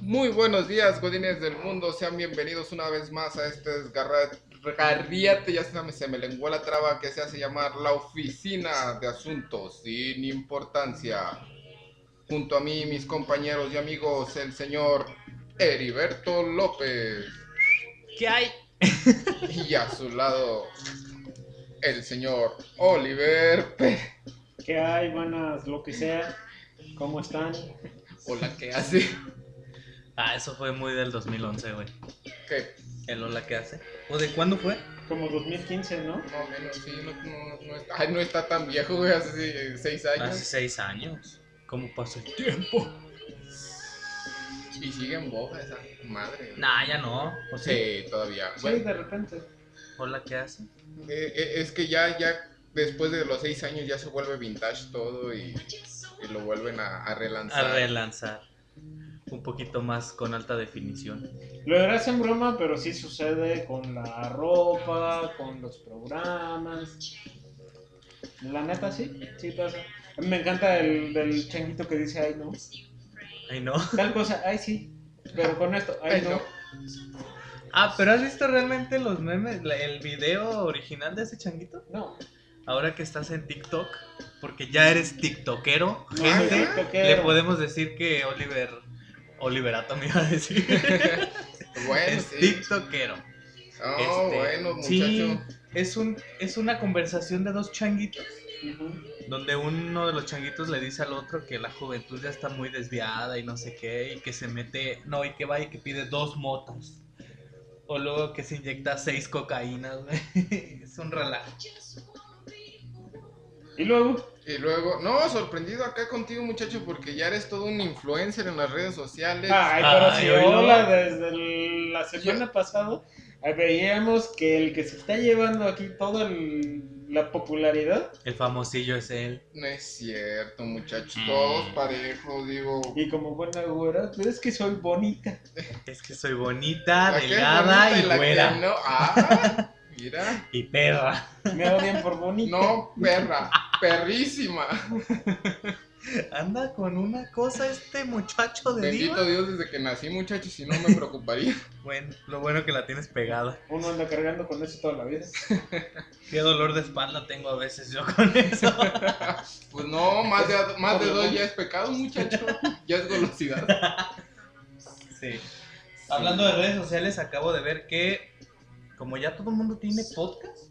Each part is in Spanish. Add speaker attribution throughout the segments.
Speaker 1: Muy buenos días, godines del mundo. Sean bienvenidos una vez más a este desgarriate. Ya se me, se me lenguó la traba que se hace llamar la Oficina de Asuntos sin Importancia. Junto a mí, mis compañeros y amigos, el señor Heriberto López.
Speaker 2: ¿Qué hay?
Speaker 1: Y a su lado, el señor Oliver P.
Speaker 3: ¿Qué hay? Buenas, lo que sea. ¿Cómo están?
Speaker 1: Hola, ¿qué hace?
Speaker 2: Ah, eso fue muy del 2011, güey.
Speaker 1: ¿Qué?
Speaker 2: El hola que hace. ¿O de cuándo fue?
Speaker 3: Como 2015, ¿no?
Speaker 1: No, menos, sí, no, no, no está, ay, no está tan viejo, güey, hace sí, seis
Speaker 2: Hace
Speaker 1: años.
Speaker 2: seis años. ¿Cómo pasó el tiempo?
Speaker 1: Y sigue en boga esa madre. güey.
Speaker 2: Nah, ya no. ¿O sí?
Speaker 1: Sí, todavía.
Speaker 3: Sí,
Speaker 1: Bueno,
Speaker 3: de repente.
Speaker 2: ¿Hola que hace?
Speaker 1: Eh, eh, es que ya, ya después de los seis años ya se vuelve vintage todo y, y lo vuelven a, a
Speaker 2: A
Speaker 1: relanzar.
Speaker 2: relanzar. Un poquito más con alta definición.
Speaker 3: Lo harás en broma, pero sí sucede con la ropa, con los programas. La neta, sí, sí pasa. A mí Me encanta el del changuito que dice, ay, no.
Speaker 2: Ay, no.
Speaker 3: Tal cosa, ay, sí. Pero con esto,
Speaker 1: Ay,
Speaker 3: ay, no.
Speaker 1: no.
Speaker 2: Ah, pero ¿has visto realmente los memes? la- El video original de ese changuito?
Speaker 3: No,
Speaker 2: Ahora que estás en TikTok, porque ya eres TikTokero,
Speaker 3: no soy
Speaker 2: gente,
Speaker 3: tiktokero.
Speaker 2: le podemos decir que Oliver. Oliverato me iba a decir.
Speaker 1: bueno,
Speaker 2: es
Speaker 1: sí.
Speaker 2: TikTokero.
Speaker 1: Oh,
Speaker 2: Este,
Speaker 1: bueno, muchacho.
Speaker 2: Sí, es, un, es una conversación de dos changuitos,
Speaker 3: Ujú.
Speaker 2: donde uno de los changuitos le dice al otro que la juventud ya está muy desviada y no sé qué, y que se mete, no, y que va y que pide dos motas. O luego que se inyecta seis cocaínas, güey. Es un relajo.
Speaker 3: Y luego,
Speaker 1: Y luego, no, sorprendido acá contigo, muchacho, porque ya eres todo un influencer en las redes sociales.
Speaker 3: ay, pero
Speaker 2: Ay,
Speaker 3: sí,
Speaker 2: oílo.
Speaker 3: hola, desde el- la semana pasada eh, veíamos que el que se está llevando aquí toda el- la popularidad
Speaker 2: El famosillo es él.
Speaker 1: No es cierto, muchacho.
Speaker 2: Mm.
Speaker 1: Todos parejos, digo.
Speaker 3: Y como buena güera, pero es que soy bonita.
Speaker 2: Es que soy bonita,
Speaker 1: La que es
Speaker 2: delgada
Speaker 1: bonita
Speaker 2: y
Speaker 1: la que
Speaker 2: güera.
Speaker 1: no. Ah, mira.
Speaker 2: Y perra.
Speaker 3: Me odian por bonita.
Speaker 1: No, perra, perrísima.
Speaker 2: Anda con una cosa este muchacho
Speaker 3: Pues
Speaker 2: de
Speaker 1: Bendito
Speaker 2: diva.
Speaker 1: Dios, desde que nací, muchacho, si no me preocuparía.
Speaker 2: Bueno, lo bueno que la tienes pegada.
Speaker 3: Uno anda cargando con eso toda la vida.
Speaker 2: Qué dolor de espalda tengo a veces yo con eso.
Speaker 1: Pues no, más de, más de
Speaker 3: Por lo
Speaker 1: dos
Speaker 3: menos.
Speaker 1: ya es pecado, muchacho. Ya es golosidad.
Speaker 2: Sí. Hablando de redes sociales, acabo de ver que, como ya todo el mundo tiene podcast,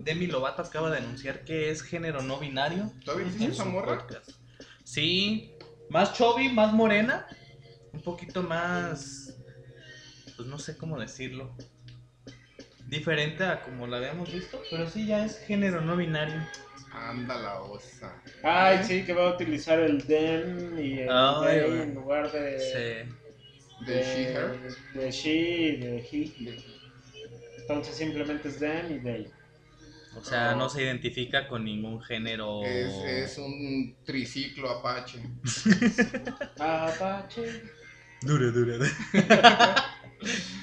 Speaker 2: Demi Lovato acaba de anunciar que es género no binario.
Speaker 1: ¿Todavía existe
Speaker 2: en
Speaker 1: esa
Speaker 2: su
Speaker 1: morra?
Speaker 2: podcast. Sí, más chubby, más morena, un poquito más, pues no sé cómo decirlo, diferente a como la habíamos visto, pero sí ya es género no binario.
Speaker 1: Anda la osa.
Speaker 3: Ay, sí, que va a utilizar el dem y el
Speaker 2: Ay,
Speaker 3: they
Speaker 2: güey.
Speaker 3: en lugar
Speaker 1: Eh,
Speaker 3: de.
Speaker 2: Sí.
Speaker 1: De she, her.
Speaker 3: De she y de he. Entonces simplemente es dem y they.
Speaker 2: O sea,
Speaker 1: No.
Speaker 2: no se identifica con ningún género.
Speaker 1: Es, es un triciclo apache.
Speaker 3: Apache.
Speaker 2: Dure, dure.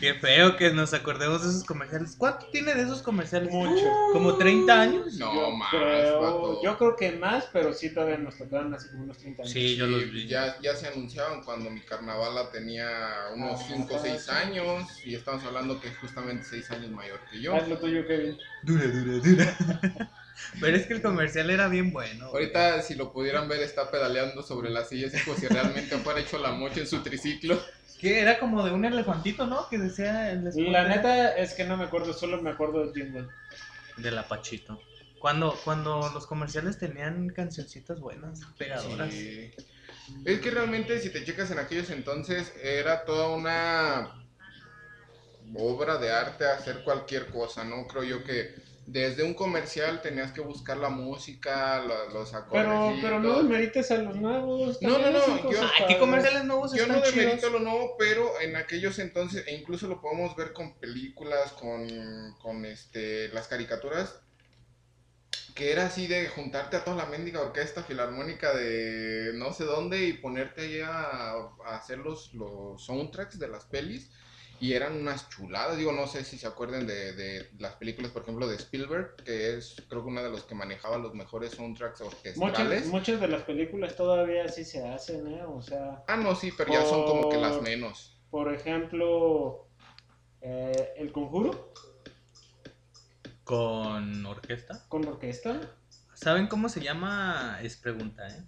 Speaker 2: Qué feo que nos acordemos de esos comerciales. ¿Cuánto tiene de esos comerciales?
Speaker 3: Mucho.
Speaker 2: Como 30 años.
Speaker 1: No
Speaker 3: yo,
Speaker 1: más, vato.
Speaker 3: creo, yo creo que más, pero sí todavía nos tocaron así como unos 30 años.
Speaker 2: Sí, yo
Speaker 1: Y
Speaker 2: los vi.
Speaker 1: Ya, ya se anunciaban cuando mi carnavala tenía unos
Speaker 3: Ah,
Speaker 1: 5 o 6
Speaker 3: sí.
Speaker 1: años. Y estamos hablando que es justamente 6 años mayor que yo.
Speaker 3: Haz Ah, lo tuyo, Kevin.
Speaker 2: Dure, dure, dure. Pero es que el comercial era bien bueno. güey.
Speaker 1: Ahorita, si lo pudieran ver, está pedaleando sobre las sillas, es como si realmente fuera hecho la mocha en su triciclo.
Speaker 2: Que era como de un elefantito, ¿no? Que decía
Speaker 1: Mm,
Speaker 2: el esposo.
Speaker 3: La neta es que no me acuerdo, solo me acuerdo del jingle.
Speaker 2: Del Apachito. Cuando, cuando los comerciales tenían cancioncitas buenas, pegadoras.
Speaker 1: Sí. Es que realmente, si te checas en aquellos entonces, era toda una obra de arte hacer cualquier cosa, ¿no? Creo yo que desde un comercial tenías que buscar la música, lo- los acordes.
Speaker 3: Pero, pero no desmerites a los nuevos.
Speaker 1: No,
Speaker 3: también
Speaker 1: no,
Speaker 3: hacen
Speaker 1: no, yo-
Speaker 3: cosas
Speaker 2: Ay,
Speaker 3: padres.
Speaker 2: qué comerciales nuevos
Speaker 1: Yo
Speaker 2: están
Speaker 1: no
Speaker 2: chidos.
Speaker 1: demerito lo nuevo, pero en aquellos entonces, e incluso lo podemos ver con películas, con, con este, las caricaturas, que era así de juntarte a toda la mendiga orquesta filarmónica de no sé dónde y ponerte ahí a, a hacer los, los soundtracks de las pelis. Y eran unas chuladas, digo, no sé si se acuerden de, de las películas, por ejemplo, de Spielberg, que es creo que uno de los que manejaba los mejores soundtracks orquestales.
Speaker 3: Muchas, muchas de las películas todavía sí se hacen, ¿eh? O sea,
Speaker 1: Ah, no, sí, pero ya son como que las
Speaker 3: Por-
Speaker 1: menos.
Speaker 3: por ejemplo, eh, El Conjuro
Speaker 2: Con orquesta.
Speaker 3: con orquesta.
Speaker 2: ¿Saben cómo se llama? Es pregunta, ¿eh?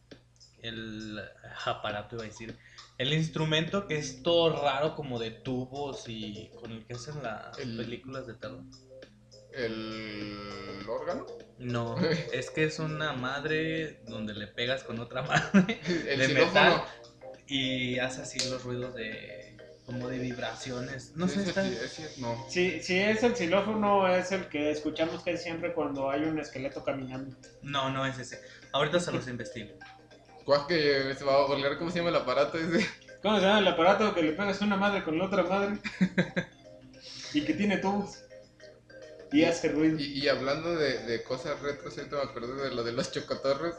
Speaker 2: El aparato iba a decir. El instrumento que es todo raro, como de tubos y con el que hacen las
Speaker 1: El-
Speaker 2: películas de terror.
Speaker 1: El órgano,
Speaker 2: No, es que es una madre donde le pegas con otra madre
Speaker 1: el
Speaker 2: De
Speaker 1: xilófono.
Speaker 2: metal. y hace así los ruidos de. como de vibraciones. No
Speaker 1: Sí,
Speaker 2: sé,
Speaker 1: sí,
Speaker 2: está.
Speaker 1: sí, sí, no.
Speaker 3: Si, si es el xilófono, es el que escuchamos que siempre cuando hay un esqueleto caminando.
Speaker 2: No, no es ese. Ahorita se los investigo.
Speaker 1: ¿Cuál que se va a volver? ¿Cómo se llama el aparato ese?
Speaker 3: ¿Cómo se llama el aparato que le pegas una madre con la otra madre? y que tiene tubos. Y hace ruido.
Speaker 1: Y, y hablando de, de cosas retros, ahorita me acordé de lo de los chocotorros.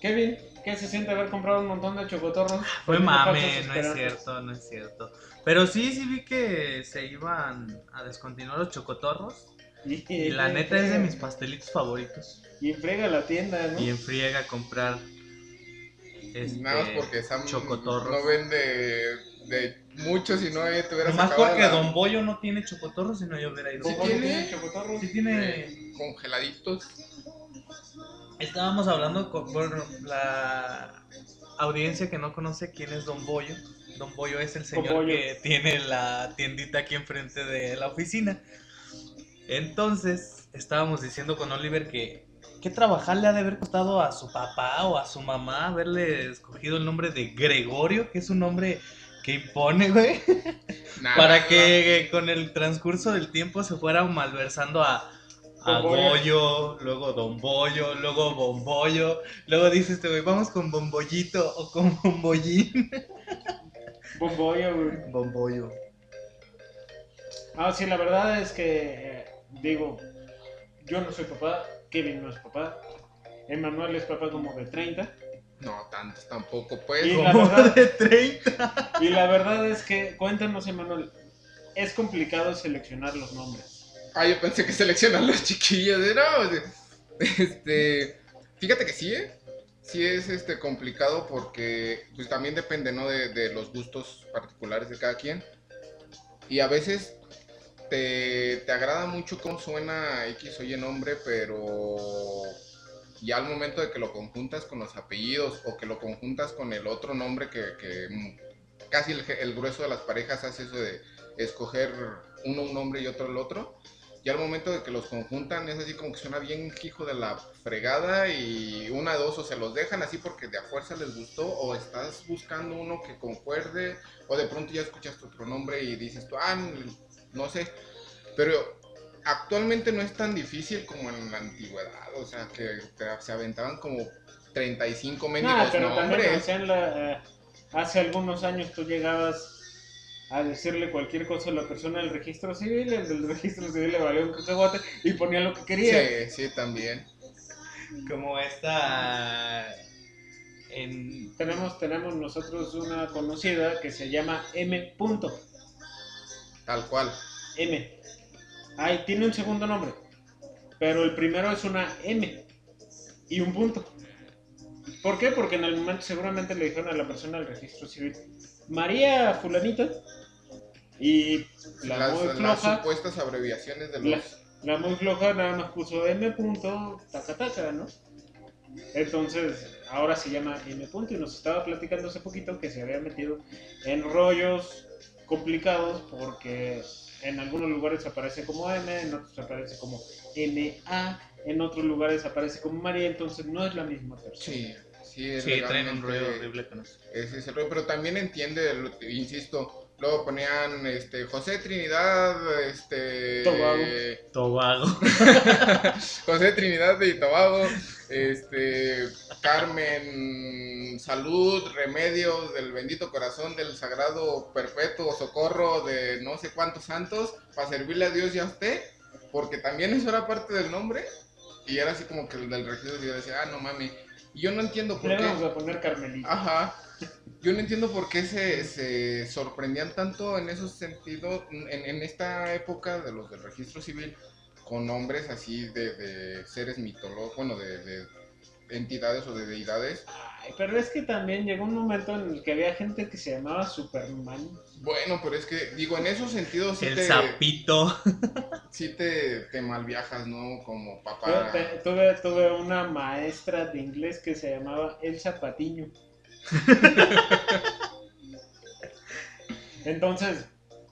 Speaker 3: Kevin, ¿qué se siente haber comprado un montón de chocotorros?
Speaker 2: Fue
Speaker 3: Porque me
Speaker 2: mame,
Speaker 3: faltan
Speaker 2: no es
Speaker 3: esperanzas.
Speaker 2: cierto, no es cierto. Pero sí, sí vi que se iban a descontinuar los chocotorros.
Speaker 3: Y,
Speaker 2: Y la neta es de mis pastelitos favoritos.
Speaker 3: Y frega la tienda, ¿no?
Speaker 2: Y en friega comprar. Este,
Speaker 1: Nada más porque Sam
Speaker 2: chocotorros.
Speaker 1: no vende de muchos y no eh, te hubieras
Speaker 2: Nomás
Speaker 1: acabado
Speaker 2: porque
Speaker 1: la-
Speaker 2: Don Bollo no tiene chocotorros, sino yo hubiera ido.
Speaker 1: Sí
Speaker 3: ¿Cómo
Speaker 2: por-
Speaker 3: no
Speaker 1: tiene?
Speaker 3: chocotorros?
Speaker 2: Sí tiene.
Speaker 1: eh, congeladitos.
Speaker 2: Estábamos hablando con con la audiencia que no conoce quién es Don Bollo. Don Bollo es el señor
Speaker 3: Bollo.
Speaker 2: que tiene la tiendita aquí enfrente de la oficina. Entonces, estábamos diciendo con Oliver que qué trabajar le ha de haber costado a su papá o a su mamá haberle escogido el nombre de Gregorio, que es un nombre que impone, güey,
Speaker 1: Nada,
Speaker 2: para
Speaker 1: nada.
Speaker 2: que eh, con el transcurso del tiempo se fuera malversando a a
Speaker 3: Don Bollo.
Speaker 2: Goyo, luego Don Bollo, luego Bombollo, luego dices este güey, vamos con Bombollito o con Bombollín.
Speaker 3: Bomboyo, güey.
Speaker 2: Bombollo.
Speaker 3: Ah, sí, la verdad es que, eh, digo, yo no soy papá, Kevin no es papá, Emanuel es papá como de 30.
Speaker 1: No, tantos tampoco, pues.
Speaker 3: Y- la
Speaker 2: Como
Speaker 3: verdad-
Speaker 2: de 30.
Speaker 3: Y la verdad es que, cuéntanos, Emanuel, es complicado seleccionar los nombres.
Speaker 1: Ah, yo pensé que seleccionan los chiquillos. eh, No, o sea, este. Fíjate que sí, ¿eh? Sí es este, complicado porque pues, también depende, ¿no? De, de los gustos particulares de cada quien. Y a veces te, te agrada mucho cómo suena X o Y nombre, pero ya al momento de que lo conjuntas con los apellidos o que lo conjuntas con el otro nombre que, que, mm, casi el, el grueso de las parejas hace eso de escoger uno un nombre y otro el otro. Y al momento de que los conjuntan es así como que suena bien hijo de la fregada y una dos o se los dejan así porque de a fuerza les gustó o estás buscando uno que concuerde o de pronto ya escuchas otro nombre y dices tú, ah, no sé. Pero actualmente no es tan difícil como en la antigüedad, o sea, que te- se aventaban como 35
Speaker 3: No,
Speaker 1: mendigos
Speaker 3: pero también, o
Speaker 1: nombres.
Speaker 3: sea, en la, eh, hace algunos años tú llegabas a decirle cualquier cosa a la persona del registro civil, el del registro civil le valía un cacahuate y ponía lo que quería.
Speaker 1: Sí, sí, también.
Speaker 2: Como esta. En.
Speaker 3: Tenemos, tenemos nosotros una conocida que se llama M. Punto.
Speaker 1: Tal cual.
Speaker 3: M. Ay, tiene un segundo nombre. Pero el primero es una M. Y un punto. ¿Por qué? Porque en el momento seguramente le dijeron a la persona del registro civil. María fulanita. Y la
Speaker 1: las,
Speaker 3: muy
Speaker 1: las
Speaker 3: floja.
Speaker 1: supuestas abreviaciones de los...
Speaker 3: La, la muy floja nada más puso M punto, taca taca, ¿no? Entonces, ahora se llama M punto y nos estaba platicando hace poquito que se había metido en rollos complicados porque en algunos lugares aparece como M, en otros aparece como MA, en otros lugares aparece como María, entonces no es la misma persona.
Speaker 1: Sí, sí, es
Speaker 2: Sí, traen un
Speaker 1: legalmente-
Speaker 2: ruido horrible con eso.
Speaker 1: ese es el rollo, pero también entiende, el- insisto, luego ponían este José Trinidad, este
Speaker 3: Tobago.
Speaker 2: Tobago.
Speaker 1: José Trinidad de Tobago, este Carmen Salud, Remedios del Bendito Corazón del Sagrado Perpetuo Socorro de no sé cuántos santos para servirle a Dios y a usted, porque también eso era parte del nombre. Y era así como que el del registro de ciudades decía, ah, no mami. Y yo no entiendo por
Speaker 3: Le vamos
Speaker 1: qué.
Speaker 3: a poner Carmelita.
Speaker 1: Ajá. Yo no entiendo por qué se, se sorprendían tanto en esos sentidos, en, en esta época de los del registro civil, con nombres así de, de seres mitológicos, bueno, de, de entidades o de deidades.
Speaker 3: Ay, pero es que también llegó un momento en el que había gente que se llamaba Superman.
Speaker 1: Bueno, pero es que, digo, en esos sentidos sí,
Speaker 2: El
Speaker 1: te,
Speaker 2: sapito.
Speaker 1: sí te, te malviajas, ¿no? Como
Speaker 3: Yo
Speaker 1: papá.
Speaker 3: te- tuve, tuve una maestra de inglés que se llamaba Elsa Patiño. Entonces,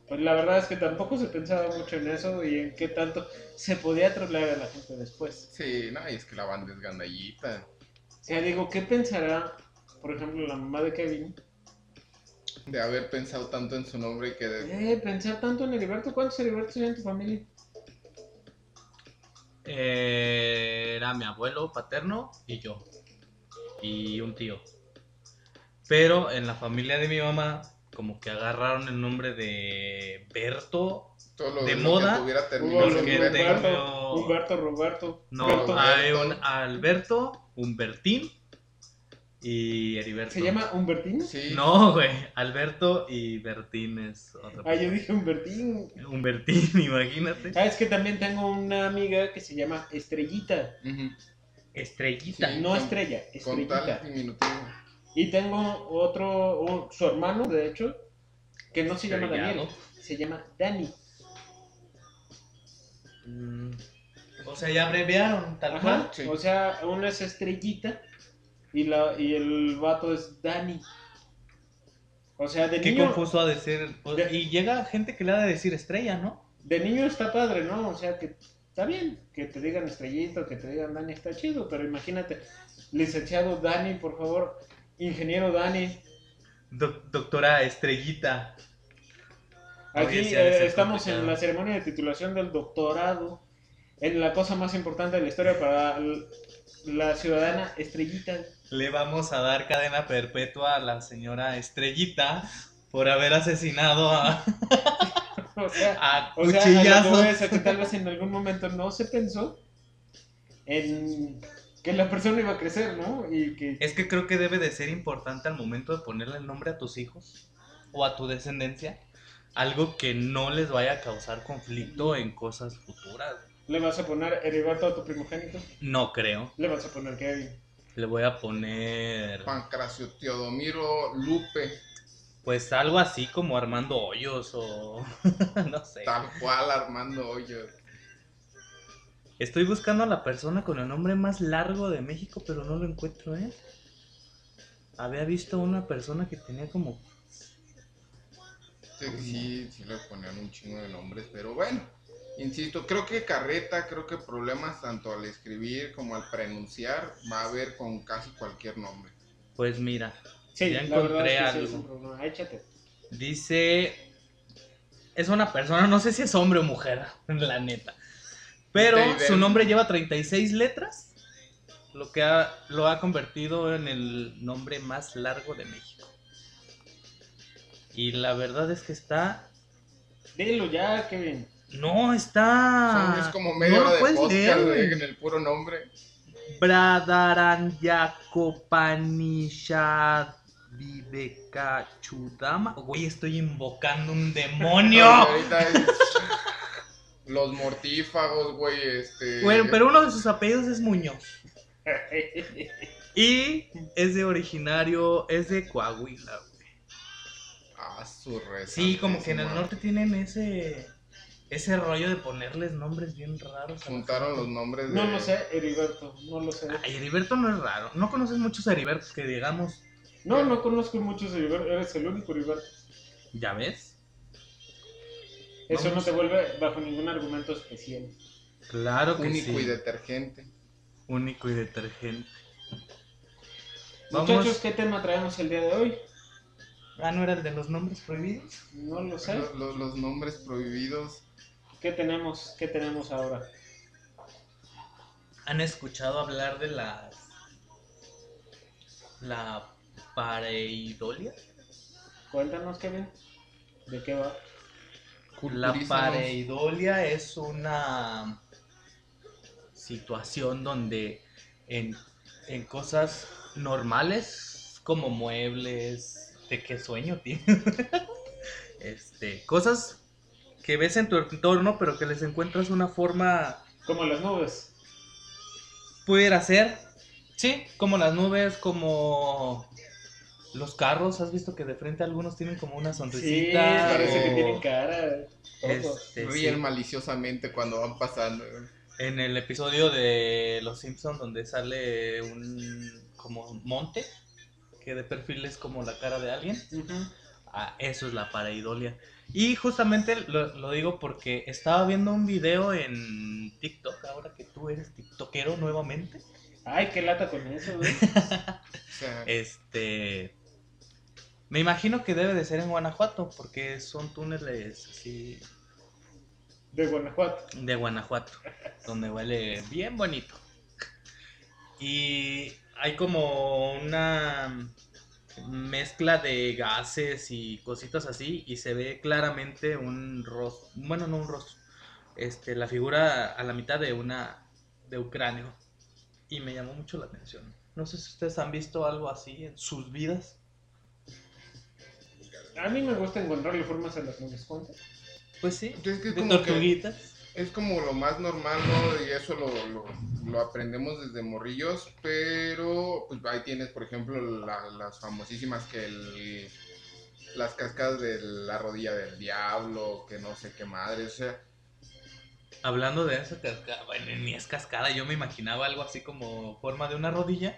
Speaker 3: pues la verdad es que tampoco se pensaba mucho en eso y en qué tanto se podía trolear a la gente después.
Speaker 1: Sí, no, y es que la banda es gandallita.
Speaker 3: O sea, digo, ¿qué pensará, por ejemplo, la mamá de Kevin?
Speaker 1: De haber pensado tanto en su nombre que de-
Speaker 3: Eh, pensar tanto en Heriberto. ¿Cuántos Heribertos hay en tu familia?
Speaker 2: Eh, era mi abuelo paterno y yo. Y un tío. Pero en la familia de mi mamá, como que agarraron el nombre de Berto.
Speaker 1: todo lo,
Speaker 2: de
Speaker 1: lo
Speaker 2: moda,
Speaker 1: que tuviera terminado.
Speaker 3: Hubo los
Speaker 1: en
Speaker 2: porque
Speaker 1: Berto.
Speaker 2: tengo-
Speaker 3: Humberto, Humberto, Roberto.
Speaker 2: No,
Speaker 1: Berto.
Speaker 2: hay un Alberto, Humbertín y Heriberto.
Speaker 3: ¿Se llama Humbertín?
Speaker 1: Sí.
Speaker 2: No, güey. Alberto y Bertín es otra
Speaker 3: Ah,
Speaker 2: persona.
Speaker 3: yo dije Humbertín.
Speaker 2: Humbertín, imagínate.
Speaker 3: Sabes que también tengo una amiga que se llama Estrellita.
Speaker 1: Ujú.
Speaker 2: Estrellita.
Speaker 1: Sí.
Speaker 3: No
Speaker 1: con-
Speaker 3: estrella,
Speaker 1: Con tal
Speaker 3: estrellita.
Speaker 1: diminutivo.
Speaker 3: Y tengo otro, un- su hermano, de hecho, que no se llama Daniel,
Speaker 2: Estrellado.
Speaker 3: se llama Dani.
Speaker 2: Mm, O sea, ya abreviaron, tal
Speaker 3: Ajá.
Speaker 2: cual.
Speaker 1: sí.
Speaker 3: O sea, uno es estrellita y, la, y el vato es Dani. O sea, de
Speaker 2: Qué
Speaker 3: niño,
Speaker 2: confuso ha de ser. o-
Speaker 3: De-
Speaker 2: Y llega gente que le ha de decir estrella, ¿no?
Speaker 3: de niño está padre, ¿no? O sea, que está bien que te digan estrellita, que te digan Dani, está chido, pero imagínate, licenciado Dani, por favor, ingeniero Dani.
Speaker 2: Doc- doctora Estrellita.
Speaker 3: Aquí
Speaker 2: Oye, sí, ha de
Speaker 3: eh,
Speaker 2: ser
Speaker 3: estamos
Speaker 2: complicado.
Speaker 3: en la ceremonia de titulación del doctorado, en la cosa más importante de la historia para l- la ciudadana Estrellita.
Speaker 2: Le vamos a dar cadena perpetua a la señora Estrellita por haber asesinado a,
Speaker 3: O sea,
Speaker 2: a
Speaker 3: o sea, a lo que
Speaker 2: cuchillazos.
Speaker 3: voy es a que tal vez en algún momento no se pensó en que la persona iba a crecer, ¿no? Y que
Speaker 2: Es que creo que debe de ser importante al momento de ponerle el nombre a tus hijos o a tu descendencia. Algo que no les vaya a causar conflicto en cosas futuras.
Speaker 3: le vas a poner Heriberto a tu primogénito,
Speaker 2: No creo.
Speaker 3: le vas a poner Kevin.
Speaker 2: Le voy a poner.
Speaker 1: Pancracio Teodomiro Lupe,
Speaker 2: Pues algo así como Armando Hoyos o. no sé.
Speaker 1: tal cual Armando Hoyos.
Speaker 2: Estoy buscando a la persona con el nombre más largo de México, pero no lo encuentro, ¿eh? Había visto una persona que tenía como.
Speaker 1: Sí, este, sí, sí le ponían un chingo de nombres, pero bueno, insisto, creo que carreta, creo que problemas tanto al escribir como al pronunciar va a haber con casi cualquier nombre.
Speaker 2: Pues mira,
Speaker 3: Sí,
Speaker 2: Ya
Speaker 3: la verdad es
Speaker 2: encontré
Speaker 3: que sí es un
Speaker 2: algo.
Speaker 3: problema. Échate.
Speaker 2: dice. Es una persona, no sé si es hombre o mujer, la neta. Pero
Speaker 1: David.
Speaker 2: su nombre lleva 36 letras, lo que ha- lo ha convertido en el nombre más largo de México. Y la verdad es que está
Speaker 3: Dilo ya, Kevin.
Speaker 2: No, está.
Speaker 1: Son- es como media
Speaker 2: Ah, no lo
Speaker 1: hora de
Speaker 2: puedes
Speaker 1: podcast
Speaker 2: leer,
Speaker 1: güey,
Speaker 2: güey.
Speaker 1: en el puro nombre.
Speaker 2: Bradaranyakopanichadivekachudama. Güey, estoy invocando un demonio.
Speaker 1: Ahorita es los mortífagos, güey, este...
Speaker 2: Bueno, pero uno de sus apellidos es Muñoz.
Speaker 3: Eh,
Speaker 2: Y es de originario, es de Coahuila, güey.
Speaker 1: Ah, su res-
Speaker 2: Sí, como que en el
Speaker 1: santísima.
Speaker 2: norte tienen ese. Ese rollo de ponerles nombres bien raros. a la
Speaker 1: Juntaron
Speaker 2: gente.
Speaker 1: los nombres de...
Speaker 3: No lo sé, Heriberto, no lo sé.
Speaker 2: Ay, Heriberto no es raro. No conoces muchos Heribertos que digamos,
Speaker 3: No, no conozco muchos Heriberto, eres el único Heriberto.
Speaker 2: ya ves.
Speaker 3: Eso no
Speaker 2: Vamos.
Speaker 3: te vuelve bajo ningún argumento especial.
Speaker 2: Claro que
Speaker 1: Único y
Speaker 2: sí.
Speaker 1: detergente.
Speaker 2: Único y detergente.
Speaker 3: Muchachos,
Speaker 2: Vamos.
Speaker 3: ¿qué tema traemos el día de hoy?
Speaker 2: Ah, no era el de los nombres prohibidos.
Speaker 3: No lo sé.
Speaker 1: Los, los- los nombres prohibidos.
Speaker 3: ¿Qué tenemos? ¿Qué tenemos ahora?
Speaker 2: ¿Han escuchado hablar de las. la pareidolia?
Speaker 3: Cuéntanos, Kevin. ¿De qué va?
Speaker 2: La
Speaker 1: Culturízanos.
Speaker 2: pareidolia es una. situación donde en, en cosas normales, como muebles, de qué sueño, tío. este, cosas que ves en tu entorno, pero que les encuentras una forma,
Speaker 3: Como las nubes.
Speaker 2: pudiera ser, sí, como las nubes, como los carros. ¿Has visto que de frente algunos tienen como una
Speaker 3: Sí,
Speaker 2: sonrisita?
Speaker 3: parece que
Speaker 2: o-
Speaker 3: tienen cara. Ojo.
Speaker 2: este,
Speaker 1: Ríen
Speaker 2: sí.
Speaker 1: maliciosamente cuando van pasando.
Speaker 2: En el episodio de Los Simpsons donde sale un como monte que de perfil es como la cara de alguien,
Speaker 3: Ujú.
Speaker 2: ah, eso es la pareidolia. Y justamente lo, lo digo porque estaba viendo un video en TikTok, ahora que tú eres TikTokero nuevamente,
Speaker 3: Ay, qué lata con eso, ¿eh? güey.
Speaker 1: O sea,
Speaker 2: Eh, este me imagino que debe de ser en Guanajuato porque son túneles así
Speaker 3: De Guanajuato.
Speaker 2: de Guanajuato, donde huele bien bonito. Y hay como una mezcla de gases y cositas así y se ve claramente un rostro, bueno, no un rostro, este la figura a la mitad de una de un cráneo y me llamó mucho la atención. No sé si ustedes han visto algo así en sus vidas.
Speaker 3: A mí me gusta encontrarle formas a las nubes. ¿Cuánto?
Speaker 2: Pues sí,
Speaker 1: es que es
Speaker 2: de
Speaker 1: como que-
Speaker 2: tortuguitas.
Speaker 1: es como lo más normal, ¿no? Y eso lo, lo, lo aprendemos desde morrillos, pero pues ahí tienes, por ejemplo, la- las famosísimas que el- las cascadas de la rodilla del diablo, que no sé qué madre, o sea,
Speaker 2: Hablando de esa cascada, bueno, ni es cascada, yo me imaginaba algo así como forma de una rodilla,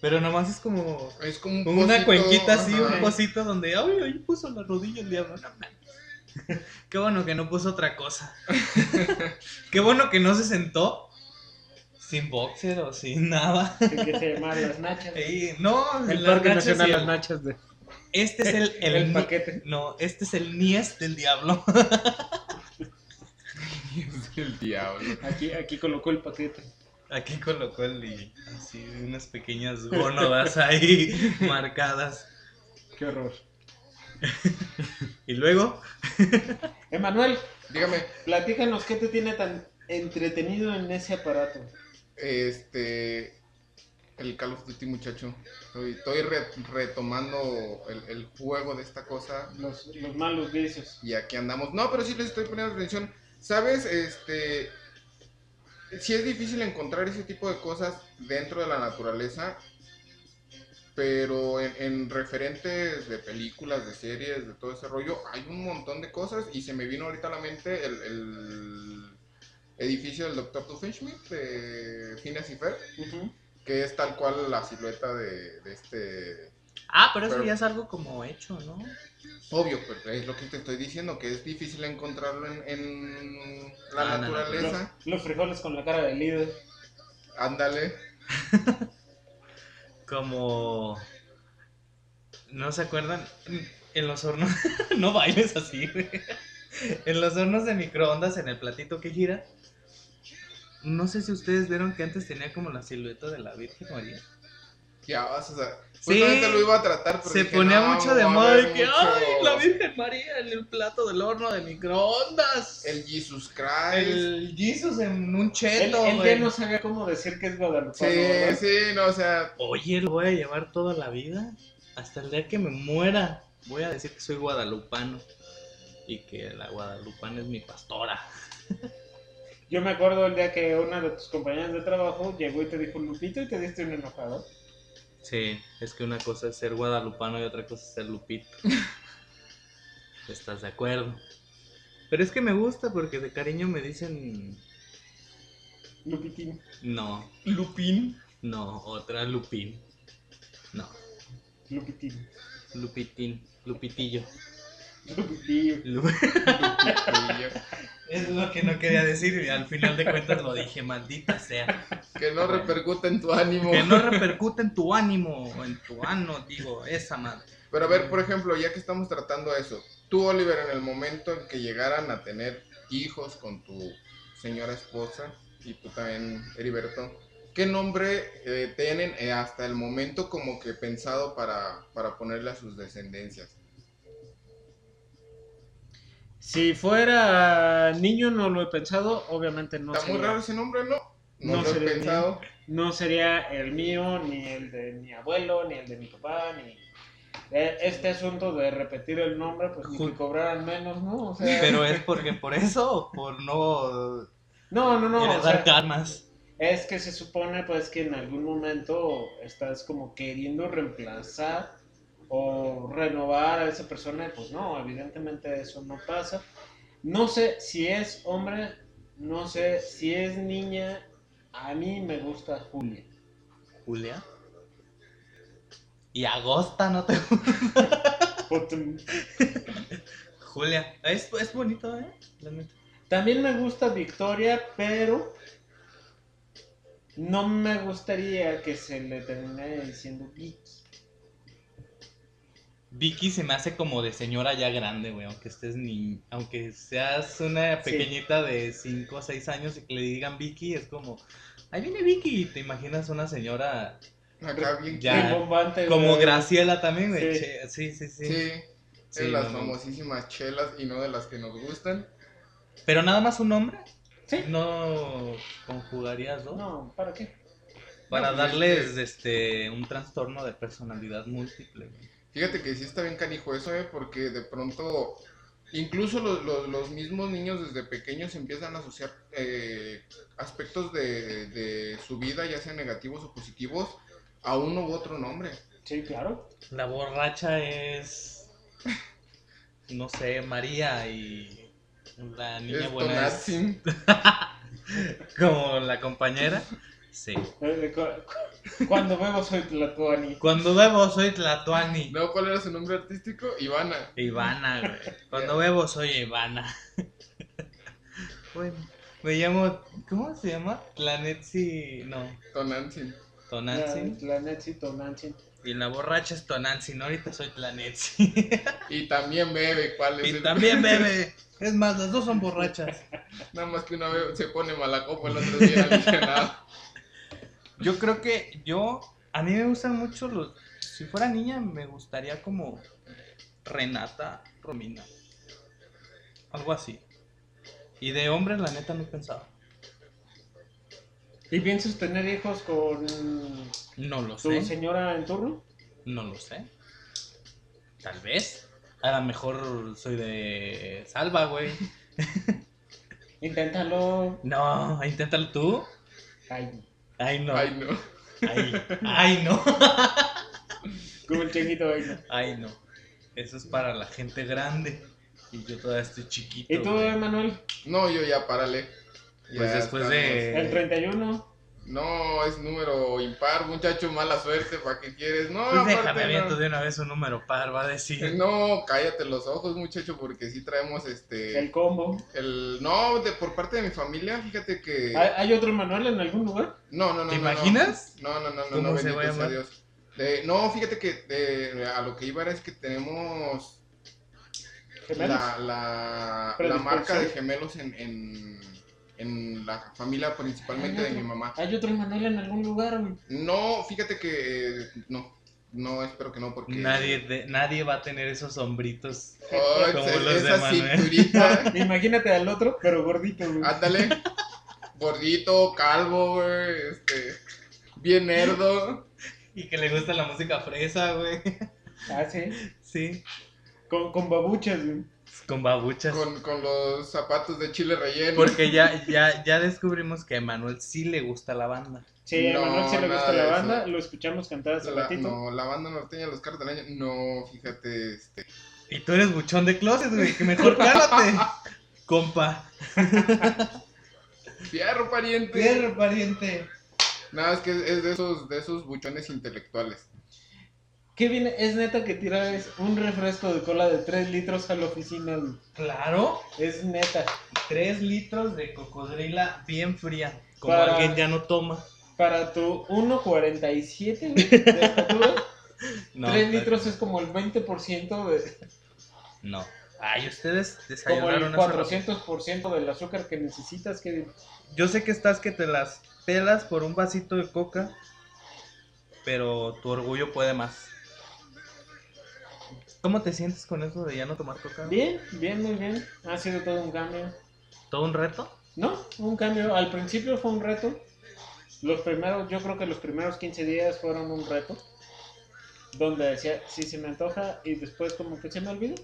Speaker 2: pero nomás es como
Speaker 1: es como un
Speaker 2: una
Speaker 1: pocito,
Speaker 2: cuenquita así,
Speaker 1: ajá.
Speaker 2: un cosito donde, ay, ahí puso la rodilla el diablo. No, man. Qué bueno que no puso otra cosa. Qué bueno que no se sentó sin boxer o sin nada.
Speaker 3: Que se llama las nachas.
Speaker 2: Ey, no,
Speaker 3: El
Speaker 2: las
Speaker 3: Parque
Speaker 2: nachas
Speaker 3: Nacional
Speaker 2: y el-
Speaker 3: Las Nachas de
Speaker 2: Este es el, el,
Speaker 3: el,
Speaker 2: ni-
Speaker 3: paquete.
Speaker 2: No, este es el niés del diablo.
Speaker 1: Es el diablo.
Speaker 3: Aquí, aquí colocó el paquete.
Speaker 2: Aquí colocó el y así unas pequeñas gónadas ahí marcadas.
Speaker 3: Qué horror.
Speaker 2: Y luego,
Speaker 3: Emanuel,
Speaker 1: Dígame,
Speaker 3: platícanos qué te tiene tan entretenido en ese aparato.
Speaker 1: este, el Call of Duty, muchacho, estoy, estoy re- retomando el- el juego de esta cosa,
Speaker 3: Los, los malos vicios.
Speaker 1: Y aquí andamos. No, pero sí les estoy poniendo atención. ¿Sabes? Este. Sí es difícil encontrar ese tipo de cosas dentro de la naturaleza. Pero en, en referentes de películas, de series, de todo ese rollo, hay un montón de cosas. Y se me vino ahorita a la mente el, el edificio del Dr. Doofenshmirtz de Phineas y Ferb,
Speaker 3: Ujú.
Speaker 1: que es tal cual la silueta de, de este
Speaker 2: Ah, pero eso
Speaker 1: Pero-
Speaker 2: ya es algo como hecho, ¿no?
Speaker 1: Obvio, pero pues, es lo que te estoy diciendo, que es difícil encontrarlo en, en la
Speaker 2: Ah, no, no,
Speaker 1: naturaleza.
Speaker 3: Los, los frijoles con la cara de líder.
Speaker 1: Ándale.
Speaker 2: Como. ¿No se acuerdan? En los hornos. no bailes así, güey. En los hornos de microondas, en el platito que gira. No sé si ustedes vieron que antes tenía como la silueta de la Virgen María.
Speaker 1: Ya vas a saber.
Speaker 2: Sí.
Speaker 1: Justamente Pues lo iba a tratar, pero
Speaker 2: Se
Speaker 1: dije,
Speaker 2: ponía
Speaker 1: no,
Speaker 2: mucho de
Speaker 1: va a
Speaker 2: moda
Speaker 1: haber
Speaker 2: de que,
Speaker 1: mucho
Speaker 2: ¡ay! La Virgen María en el plato del horno de microondas.
Speaker 1: El Jesus Christ.
Speaker 2: El Jesus en un
Speaker 3: Él,
Speaker 2: cheto,
Speaker 3: él
Speaker 2: güey.
Speaker 3: ya no sabía cómo decir que es guadalupano.
Speaker 1: Sí,
Speaker 3: ¿verdad?
Speaker 1: sí, no, o sea,
Speaker 2: Oye, lo voy a llevar toda la vida. Hasta el día que me muera, voy a decir que soy guadalupano. Y que la guadalupana es mi pastora.
Speaker 3: Yo me acuerdo el día que una de tus compañeras de trabajo llegó y te dijo Lupito y te diste un enojado.
Speaker 2: Sí, es que una cosa es ser guadalupano y otra cosa es ser lupito. ¿Estás de acuerdo? Pero es que me gusta porque de cariño me dicen.
Speaker 3: Lupitín.
Speaker 2: No,
Speaker 1: Lupín.
Speaker 2: no, otra lupín. No,
Speaker 3: Lupitín.
Speaker 2: lupitín, lupitillo.
Speaker 3: Lupitío.
Speaker 2: Lu- Es lo que no quería decir y al final de cuentas lo dije, maldita sea.
Speaker 1: que no repercute en tu ánimo.
Speaker 2: Que no repercute en tu ánimo, o en tu ano, digo, esa madre.
Speaker 1: Pero a ver, por ejemplo, ya que estamos tratando eso, tú, Oliver, en el momento en que llegaran a tener hijos con tu señora esposa y tú también, Heriberto, ¿qué nombre eh, tienen eh, hasta el momento como que pensado para, para ponerle a sus descendencias?
Speaker 3: Si fuera niño no lo he pensado, obviamente no
Speaker 1: Está muy raro ese nombre, ¿no? No,
Speaker 3: No
Speaker 1: lo he
Speaker 3: sería
Speaker 1: pensado.
Speaker 3: No sería el mío, ni el de mi abuelo, ni el de mi papá, ni. Eh, Este asunto de repetir el nombre, pues ni
Speaker 2: Ju-
Speaker 3: que cobraran menos, ¿no? O sea,
Speaker 2: Pero es porque por eso o por no
Speaker 3: no, no, no. o sea,
Speaker 2: heredar karmas.
Speaker 3: es que se supone, pues, que en algún momento estás como queriendo reemplazar o renovar a esa persona, y, pues no, evidentemente eso no pasa. No sé si es hombre, no sé si es niña. A mí me gusta Julia.
Speaker 2: Julia. Y Agosta, no te.
Speaker 3: Puta,
Speaker 2: Julia. Es, es bonito, ¿eh? La neta.
Speaker 3: También me gusta Victoria, pero no me gustaría que se le terminara diciendo Vicky.
Speaker 2: Vicky se me hace como de señora ya grande, güey. Aunque estés ni. Aunque seas una
Speaker 3: Sí.
Speaker 2: pequeñita de 5 o 6 años y que le digan Vicky, es como. Ahí viene Vicky. y Te imaginas una señora
Speaker 1: Acá bien.
Speaker 2: Ya.
Speaker 3: Rimbombante,
Speaker 2: como
Speaker 3: güey.
Speaker 2: Graciela también, güey.
Speaker 3: Sí.
Speaker 2: Che- Sí, sí, sí.
Speaker 1: Sí.
Speaker 2: Sí,
Speaker 1: de las
Speaker 2: no, no.
Speaker 1: famosísimas chelas y no de las que nos gustan.
Speaker 2: Pero nada más un nombre.
Speaker 3: Sí.
Speaker 2: No conjugarías dos.
Speaker 3: No, ¿para qué?
Speaker 2: Para
Speaker 1: No, pues,
Speaker 2: darles este un trastorno de personalidad múltiple. güey.
Speaker 1: Fíjate que sí está bien canijo eso, ¿eh? Porque de pronto, incluso los, los- los mismos niños desde pequeños empiezan a asociar eh, aspectos de, de su vida, ya sean negativos o positivos, a uno u otro nombre.
Speaker 3: Sí, claro.
Speaker 2: La borracha es no sé, María y la niña
Speaker 1: Es
Speaker 2: buena es
Speaker 1: Tonantzin.
Speaker 2: como la compañera. Sí.
Speaker 3: Eh, cu- cu- Cuando bebo soy Tlatuani.
Speaker 2: Cuando bebo soy Tlatuani.
Speaker 1: No, ¿cuál era su nombre artístico? Ivana.
Speaker 2: Ivana, güey. Cuando bebo soy Ivana. bueno, me llamo ¿cómo se llama? Tlanetsi, no,
Speaker 1: Tonantzin.
Speaker 2: Tonantzin.
Speaker 3: La Nancy, Tonantzin.
Speaker 2: Y la borracha es Tonantzin, ahorita soy Tlanetsi.
Speaker 1: Y también bebe, ¿cuál es?
Speaker 2: Y
Speaker 1: el-
Speaker 2: también bebe. Es más, las dos son borrachas.
Speaker 1: Nada más que una vez se pone mala copa, el otro día alivianado.
Speaker 2: Yo creo que yo. A mí me gustan mucho los. Si fuera niña, me gustaría como. Renata, Romina. Algo así. Y de hombre, la neta, no he pensado.
Speaker 3: ¿Y piensas tener hijos con
Speaker 2: No lo
Speaker 3: tu
Speaker 2: sé.
Speaker 3: señora en turno?
Speaker 2: No lo sé. Tal vez. A lo mejor soy de. Salva, güey.
Speaker 3: Inténtalo.
Speaker 2: No, inténtalo tú.
Speaker 3: Ay,
Speaker 2: Ay, no.
Speaker 1: Ay,
Speaker 2: Ay,
Speaker 1: no.
Speaker 2: ay no.
Speaker 3: como el chiquito ahí. ¿no?
Speaker 2: Ay, no. Eso es para la gente grande. Y yo todavía estoy chiquito.
Speaker 3: ¿Y tú,
Speaker 2: güey.
Speaker 1: Ah,
Speaker 3: Emanuel?
Speaker 1: No, yo ya párale. Ya
Speaker 2: Pues después de-
Speaker 3: El 31.
Speaker 1: No, es número impar, muchacho, mala suerte, ¿para qué quieres? No,
Speaker 2: Pues
Speaker 1: aparte
Speaker 2: déjame viendo
Speaker 1: no.
Speaker 2: de una vez un número par, va a decir.
Speaker 1: No, cállate los ojos, muchacho, porque sí traemos
Speaker 3: El
Speaker 1: este
Speaker 3: combo.
Speaker 1: el no, de por parte de mi familia, fíjate que
Speaker 3: ¿Hay hay otro Emanuel en algún lugar?
Speaker 1: no, no, no.
Speaker 2: ¿Te
Speaker 1: no, no.
Speaker 2: imaginas?
Speaker 1: No, no, no, no,
Speaker 2: ¿Cómo
Speaker 1: no,
Speaker 2: se va a
Speaker 1: bendito sea
Speaker 2: llamar?
Speaker 1: Dios. De- no, fíjate que de- a lo que iba era es que tenemos
Speaker 3: Gemelos.
Speaker 1: la, la, la
Speaker 3: Predisposición.
Speaker 1: marca de gemelos en, en, en la familia principalmente de mi mamá.
Speaker 3: Hay otro Emanuel en algún lugar, güey.
Speaker 1: No, fíjate que eh, no, no, espero que no, porque...
Speaker 2: Nadie, de- nadie va a tener esos sombritos.
Speaker 1: Oh,
Speaker 2: Como
Speaker 1: esa-
Speaker 2: los de
Speaker 1: esa
Speaker 2: Manuel.
Speaker 1: cinturita,
Speaker 3: Imagínate al otro, pero gordito, güey.
Speaker 1: ándale, gordito, calvo, güey, este, bien nerdo,
Speaker 2: Y que le gusta la música fresa, güey.
Speaker 3: Ah, sí.
Speaker 2: Sí.
Speaker 3: Con, con babuchas, güey.
Speaker 2: Con babuchas.
Speaker 1: con, con los zapatos de chile relleno.
Speaker 2: Porque ya, ya, ya descubrimos que a Manuel sí le gusta la banda.
Speaker 3: Sí,
Speaker 1: No,
Speaker 3: a Manuel se le
Speaker 1: nada
Speaker 3: gusta
Speaker 1: de
Speaker 3: la
Speaker 1: eso.
Speaker 3: banda, lo escuchamos cantar hace
Speaker 1: La,
Speaker 3: ratito.
Speaker 1: no, la banda norteña, los carros del año, no, fíjate, este,
Speaker 2: Y tú eres buchón de closet, güey. Que mejor cállate. Compa.
Speaker 1: fierro, pariente.
Speaker 2: Pierre, pariente.
Speaker 1: Nada, es que es de esos, de esos buchones intelectuales.
Speaker 3: Kevin, es neta que tiras un refresco de cola de 3 litros a la oficina, güey.
Speaker 2: Claro.
Speaker 3: Es neta.
Speaker 2: Tres litros de cocodrila bien fría. Como
Speaker 3: Para-
Speaker 2: alguien ya no toma.
Speaker 3: Para tu 1.47 güey, de estatura,
Speaker 2: No,
Speaker 3: 3
Speaker 2: pero-
Speaker 3: litros es como el 20% de.
Speaker 2: No. Ay, ustedes
Speaker 3: como el
Speaker 2: desayunaron hace rato.
Speaker 3: 400% del azúcar que necesitas, Kevin.
Speaker 2: Yo sé que estás que te las pelas por un vasito de coca, pero tu orgullo puede más. ¿Cómo te sientes con eso de ya no tomar coca?
Speaker 3: Bien, bien, muy bien. Ha sido todo un cambio.
Speaker 2: ¿Todo un reto?
Speaker 3: No, un cambio. Al principio fue un reto. Los primeros, yo creo que los primeros 15 días fueron un reto. Donde decía, sí, se me antoja y después como que se me olvidó.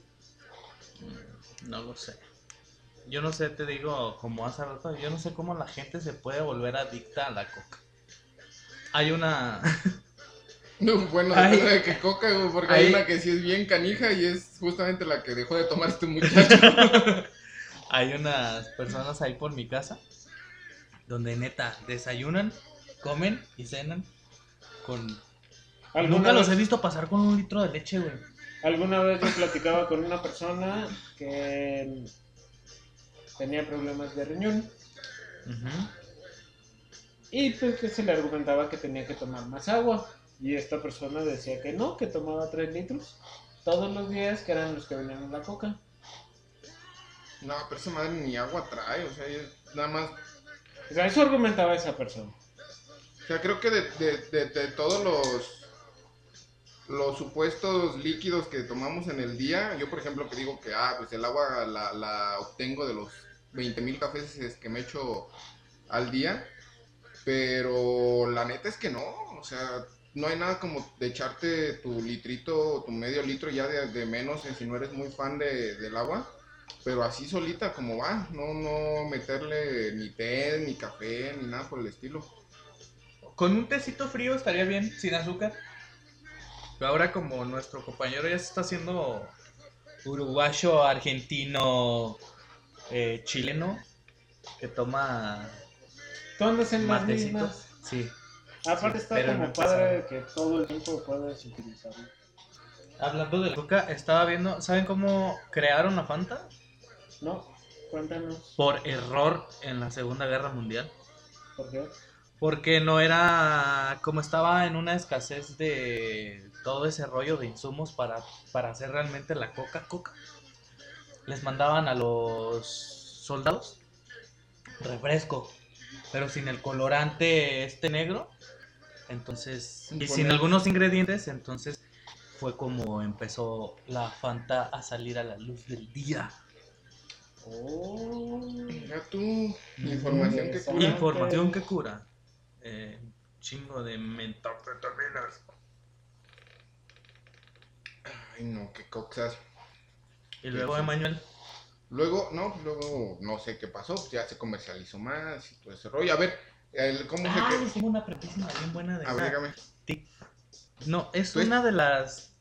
Speaker 2: No lo sé. Yo no sé, te digo, como hace rato, yo no sé cómo la gente se puede volver adicta a la coca. Hay una...
Speaker 1: No, bueno,
Speaker 2: Ay.
Speaker 1: depende de que coca, güey, porque hay
Speaker 2: Ay.
Speaker 1: una que sí es bien canija y es justamente la que dejó de tomar este muchacho.
Speaker 2: Hay unas personas ahí por mi casa donde neta desayunan, comen y cenan con... Nunca los he
Speaker 3: vez-
Speaker 2: visto pasar con un litro de leche, güey.
Speaker 3: Alguna vez yo platicaba con una persona que tenía problemas de riñón
Speaker 2: Ujú.
Speaker 3: y pues que se le argumentaba que tenía que tomar más agua. Y esta persona decía que no, que tomaba 3 litros todos los días, que eran los que venían en la coca.
Speaker 1: No, pero esa madre ni agua trae, o sea, es nada más.
Speaker 3: O sea, eso argumentaba esa persona.
Speaker 1: O sea, creo que de, de, de- de todos los los supuestos líquidos que tomamos en el día, yo por ejemplo que digo que ah, pues el agua la, la obtengo de los 20.000 mil cafés es que me echo al día, pero la neta es que no, o sea, no hay nada como de echarte tu litrito o tu medio litro ya de, de menos eh, si no eres muy fan de, del agua, pero así solita como va, no, no meterle ni té, ni café, ni nada por el estilo.
Speaker 2: Con un tecito frío estaría bien, sin azúcar. Pero ahora como nuestro compañero ya se está haciendo uruguayo, argentino, eh, chileno, que toma
Speaker 3: Tú andas en las
Speaker 2: matecitos.
Speaker 3: mismas.
Speaker 2: Sí.
Speaker 3: Ah, Aparte está
Speaker 2: pero
Speaker 3: como
Speaker 2: no pasa
Speaker 3: padre
Speaker 2: nada.
Speaker 3: que todo el tiempo puedes utilizarlo.
Speaker 2: Hablando de la coca, estaba viendo, ¿saben cómo crearon la Fanta?
Speaker 3: No, cuéntanos
Speaker 2: Por error en la Segunda Guerra Mundial.
Speaker 3: por qué.
Speaker 2: Porque no era como estaba en una escasez de todo ese rollo de insumos para, para hacer realmente la Coca-Coca. Les mandaban a los soldados refresco, pero sin el colorante este negro. Entonces, y sin
Speaker 1: Imponente.
Speaker 2: algunos ingredientes, entonces fue como empezó la Fanta a salir a la luz del día.
Speaker 3: Oh,
Speaker 1: Mira tú, información que cura.
Speaker 3: Inform-
Speaker 2: Información que cura. Eh, chingo de metanfetaminas.
Speaker 1: Ay, no, qué coxas.
Speaker 2: Y luego Emanuel.
Speaker 1: Luego, no, pues luego no sé qué pasó, pues ya se comercializó más y todo ese rollo. A ver, el- ¿cómo se
Speaker 2: Ah,
Speaker 1: que
Speaker 2: tengo una preguntísima bien buena de
Speaker 1: A ver,
Speaker 2: esa.
Speaker 1: dígame.
Speaker 2: No, es
Speaker 1: Pues-
Speaker 2: una de las.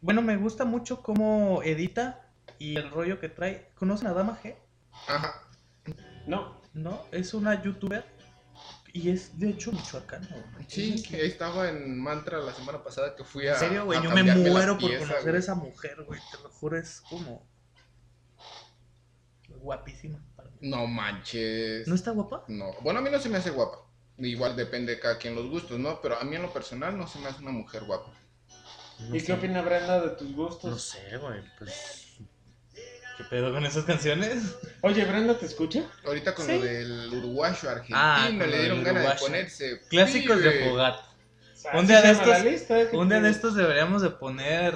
Speaker 2: Bueno, me gusta mucho cómo edita y el rollo que trae. ¿Conocen a Dama G?
Speaker 1: Ajá.
Speaker 3: No,
Speaker 2: No, es una youtuber y es de hecho michoacana. güey.
Speaker 1: Sí, que estaba en Mantra la semana pasada que fui a.
Speaker 2: En serio, güey,
Speaker 1: a
Speaker 2: yo me
Speaker 1: cambiarme las
Speaker 2: muero por
Speaker 1: piezas,
Speaker 2: conocer a
Speaker 1: güey.
Speaker 2: esa mujer, güey. Te lo juro, es como. Guapísima. para mí.
Speaker 1: No manches.
Speaker 2: ¿No está guapa?
Speaker 1: No, bueno, a mí no se me hace guapa. Igual depende de cada quien los gustos, ¿no? Pero a mí en lo personal no se me hace una mujer guapa.
Speaker 2: No
Speaker 3: ¿y
Speaker 2: sé.
Speaker 3: qué opina Brenda de tus
Speaker 2: No
Speaker 3: gustos?
Speaker 2: sé, güey, pues. ¿Qué pedo con esas canciones?
Speaker 3: Oye, Brenda, ¿te escucha?
Speaker 1: Ahorita con
Speaker 2: Sí.
Speaker 1: lo del uruguayo argentino
Speaker 2: Ah, con lo
Speaker 1: le dieron
Speaker 2: del
Speaker 1: ganas de
Speaker 2: uruguayo.
Speaker 1: ponerse.
Speaker 2: Clásicos de
Speaker 1: pibe.
Speaker 2: Fogat.
Speaker 3: Así
Speaker 2: Un día
Speaker 3: se
Speaker 2: de
Speaker 3: llama la
Speaker 2: estos-
Speaker 3: lista, ¿qué
Speaker 2: Un día de
Speaker 3: quieres?
Speaker 2: estos deberíamos de poner.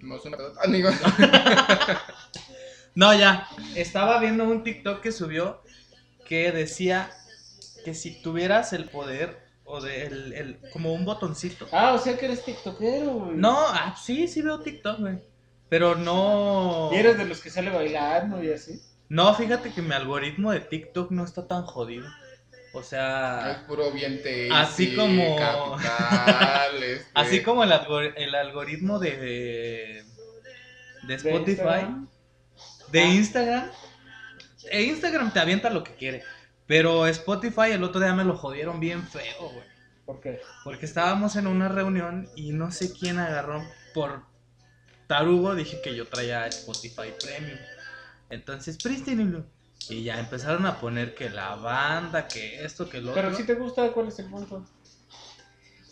Speaker 1: No es una pedota. Ah, no, iba-
Speaker 2: No, ya. Estaba viendo un TikTok que subió que decía que si tuvieras el poder o de el, el- como un botoncito.
Speaker 3: Ah, o sea que eres tiktokero, güey.
Speaker 2: No, ah, sí, sí veo TikTok, güey. Pero no.
Speaker 3: Y eres de los que sale bailando y así.
Speaker 2: No, fíjate que mi algoritmo de TikTok no está tan jodido. O
Speaker 1: Es
Speaker 2: sea,
Speaker 1: puro bien tasty,
Speaker 2: Así como-
Speaker 1: capital, este,
Speaker 2: así como el, algor- el algoritmo de, de
Speaker 3: De
Speaker 2: Spotify.
Speaker 3: Instagram.
Speaker 2: De
Speaker 3: Ah.
Speaker 2: Instagram. E Instagram te avienta lo que quiere. Pero Spotify el otro día me lo jodieron bien feo, güey.
Speaker 3: ¿Por qué?
Speaker 2: Porque estábamos en una reunión y no sé quién agarró por tarugo. Dije que yo traía Spotify Premium. Entonces, prístenlo. Y ya empezaron a poner que la banda, que esto, que lo
Speaker 3: Pero
Speaker 2: otro.
Speaker 3: si te gusta, ¿cuál es el punto?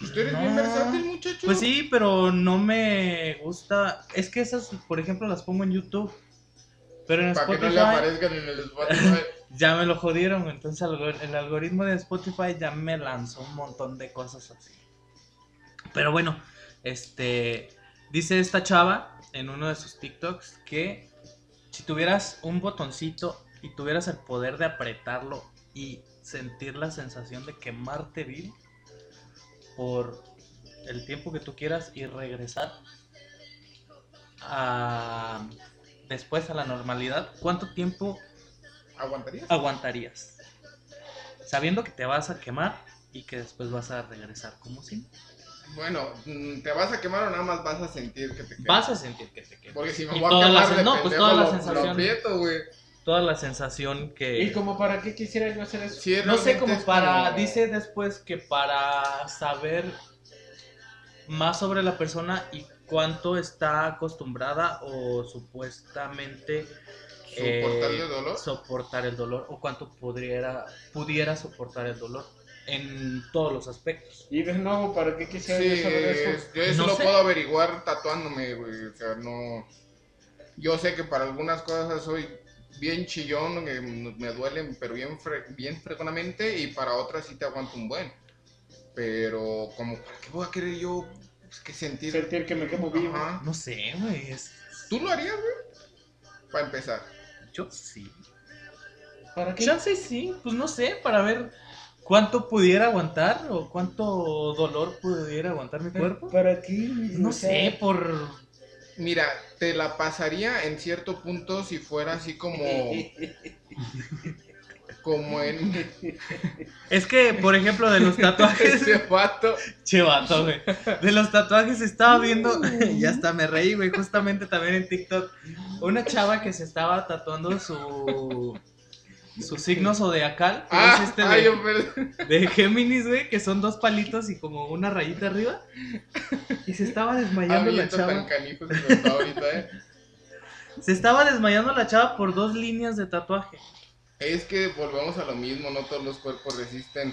Speaker 1: Usted es Pues bien
Speaker 2: No.
Speaker 1: versátil, muchacho.
Speaker 2: Pues sí, pero no me gusta. Es que esas, por ejemplo, las pongo en YouTube. Pero en
Speaker 1: Para que no
Speaker 2: Spotify.
Speaker 1: le aparezcan en el Spotify.
Speaker 2: ya me lo jodieron, entonces algo- el algoritmo de Spotify ya me lanzó un montón de cosas así. Pero bueno, este dice esta chava en uno de sus TikToks que si tuvieras un botoncito y tuvieras el poder de apretarlo y sentir la sensación de quemarte vivo por el tiempo que tú quieras y regresar a después a la normalidad, ¿cuánto tiempo
Speaker 1: ¿Aguantarías?
Speaker 2: aguantarías? Sabiendo que te vas a quemar y que después vas a regresar como si
Speaker 1: Bueno, mm, ¿te vas a quemar o nada más vas a sentir que te quemas?
Speaker 2: vas a sentir que te quemas.
Speaker 1: Porque si me
Speaker 2: Y
Speaker 1: voy a
Speaker 2: todas
Speaker 1: quemar
Speaker 2: las-
Speaker 1: de
Speaker 2: no, pues
Speaker 1: pendejo,
Speaker 2: todas las
Speaker 1: lo-
Speaker 2: sensaciones.
Speaker 1: Lo aprieto, güey.
Speaker 2: Toda la sensación
Speaker 3: ¿Y
Speaker 2: que
Speaker 3: como para qué quisiera yo hacer eso?
Speaker 1: Sí,
Speaker 2: no sé
Speaker 1: realmente
Speaker 2: como
Speaker 1: es
Speaker 2: para
Speaker 1: como-
Speaker 2: dice después que para saber más sobre la persona y cuánto está acostumbrada o supuestamente
Speaker 1: ¿Soportarle
Speaker 2: eh,
Speaker 1: dolor?
Speaker 2: soportar el dolor o cuánto pudiera, pudiera soportar el dolor en todos los aspectos.
Speaker 3: Y de nuevo, ¿para qué quisiera
Speaker 1: Sí,
Speaker 3: yo saber eso?
Speaker 1: es- yo eso
Speaker 2: No
Speaker 1: lo
Speaker 2: sé.
Speaker 1: puedo averiguar tatuándome, güey. O sea, no. Yo sé que para algunas cosas soy bien chillón, que me duelen, pero bien, fre- bien frecuentemente, y para otras sí te aguanto un buen. Pero, como, ¿para qué voy a querer yo pues, que sentir?
Speaker 3: Sentir que me quemo vivo.
Speaker 1: Ajá.
Speaker 2: No sé, güey. es-
Speaker 1: ¿Tú lo harías, güey? Para empezar.
Speaker 2: Yo sí.
Speaker 3: ¿Para qué?
Speaker 2: Chance sí, pues no sé, para ver cuánto pudiera aguantar o cuánto dolor pudiera aguantar mi cuerpo.
Speaker 3: ¿Para qué?
Speaker 2: No
Speaker 3: O sea,
Speaker 2: sé, por...
Speaker 1: Mira, te la pasaría en cierto punto si fuera así como. como en
Speaker 2: Es que, por ejemplo, de los tatuajes...
Speaker 1: ese este vato.
Speaker 2: Che, vato, güey. De los tatuajes
Speaker 1: Mm.
Speaker 2: estaba viendo, y hasta me reí, güey, justamente también en TikTok. Una chava que se estaba tatuando su, su signo zodiacal, que es
Speaker 1: Ah,
Speaker 2: este
Speaker 1: ay, yo
Speaker 2: de,
Speaker 1: perdí.
Speaker 2: de Géminis, güey, que son dos palitos y como una rayita arriba. Y se estaba desmayando la
Speaker 1: Amiguito tan
Speaker 2: chava.
Speaker 1: canijo que está ahorita, eh.
Speaker 2: Se estaba desmayando la chava por dos líneas de tatuaje.
Speaker 1: Es que volvemos a lo mismo, no todos los cuerpos resisten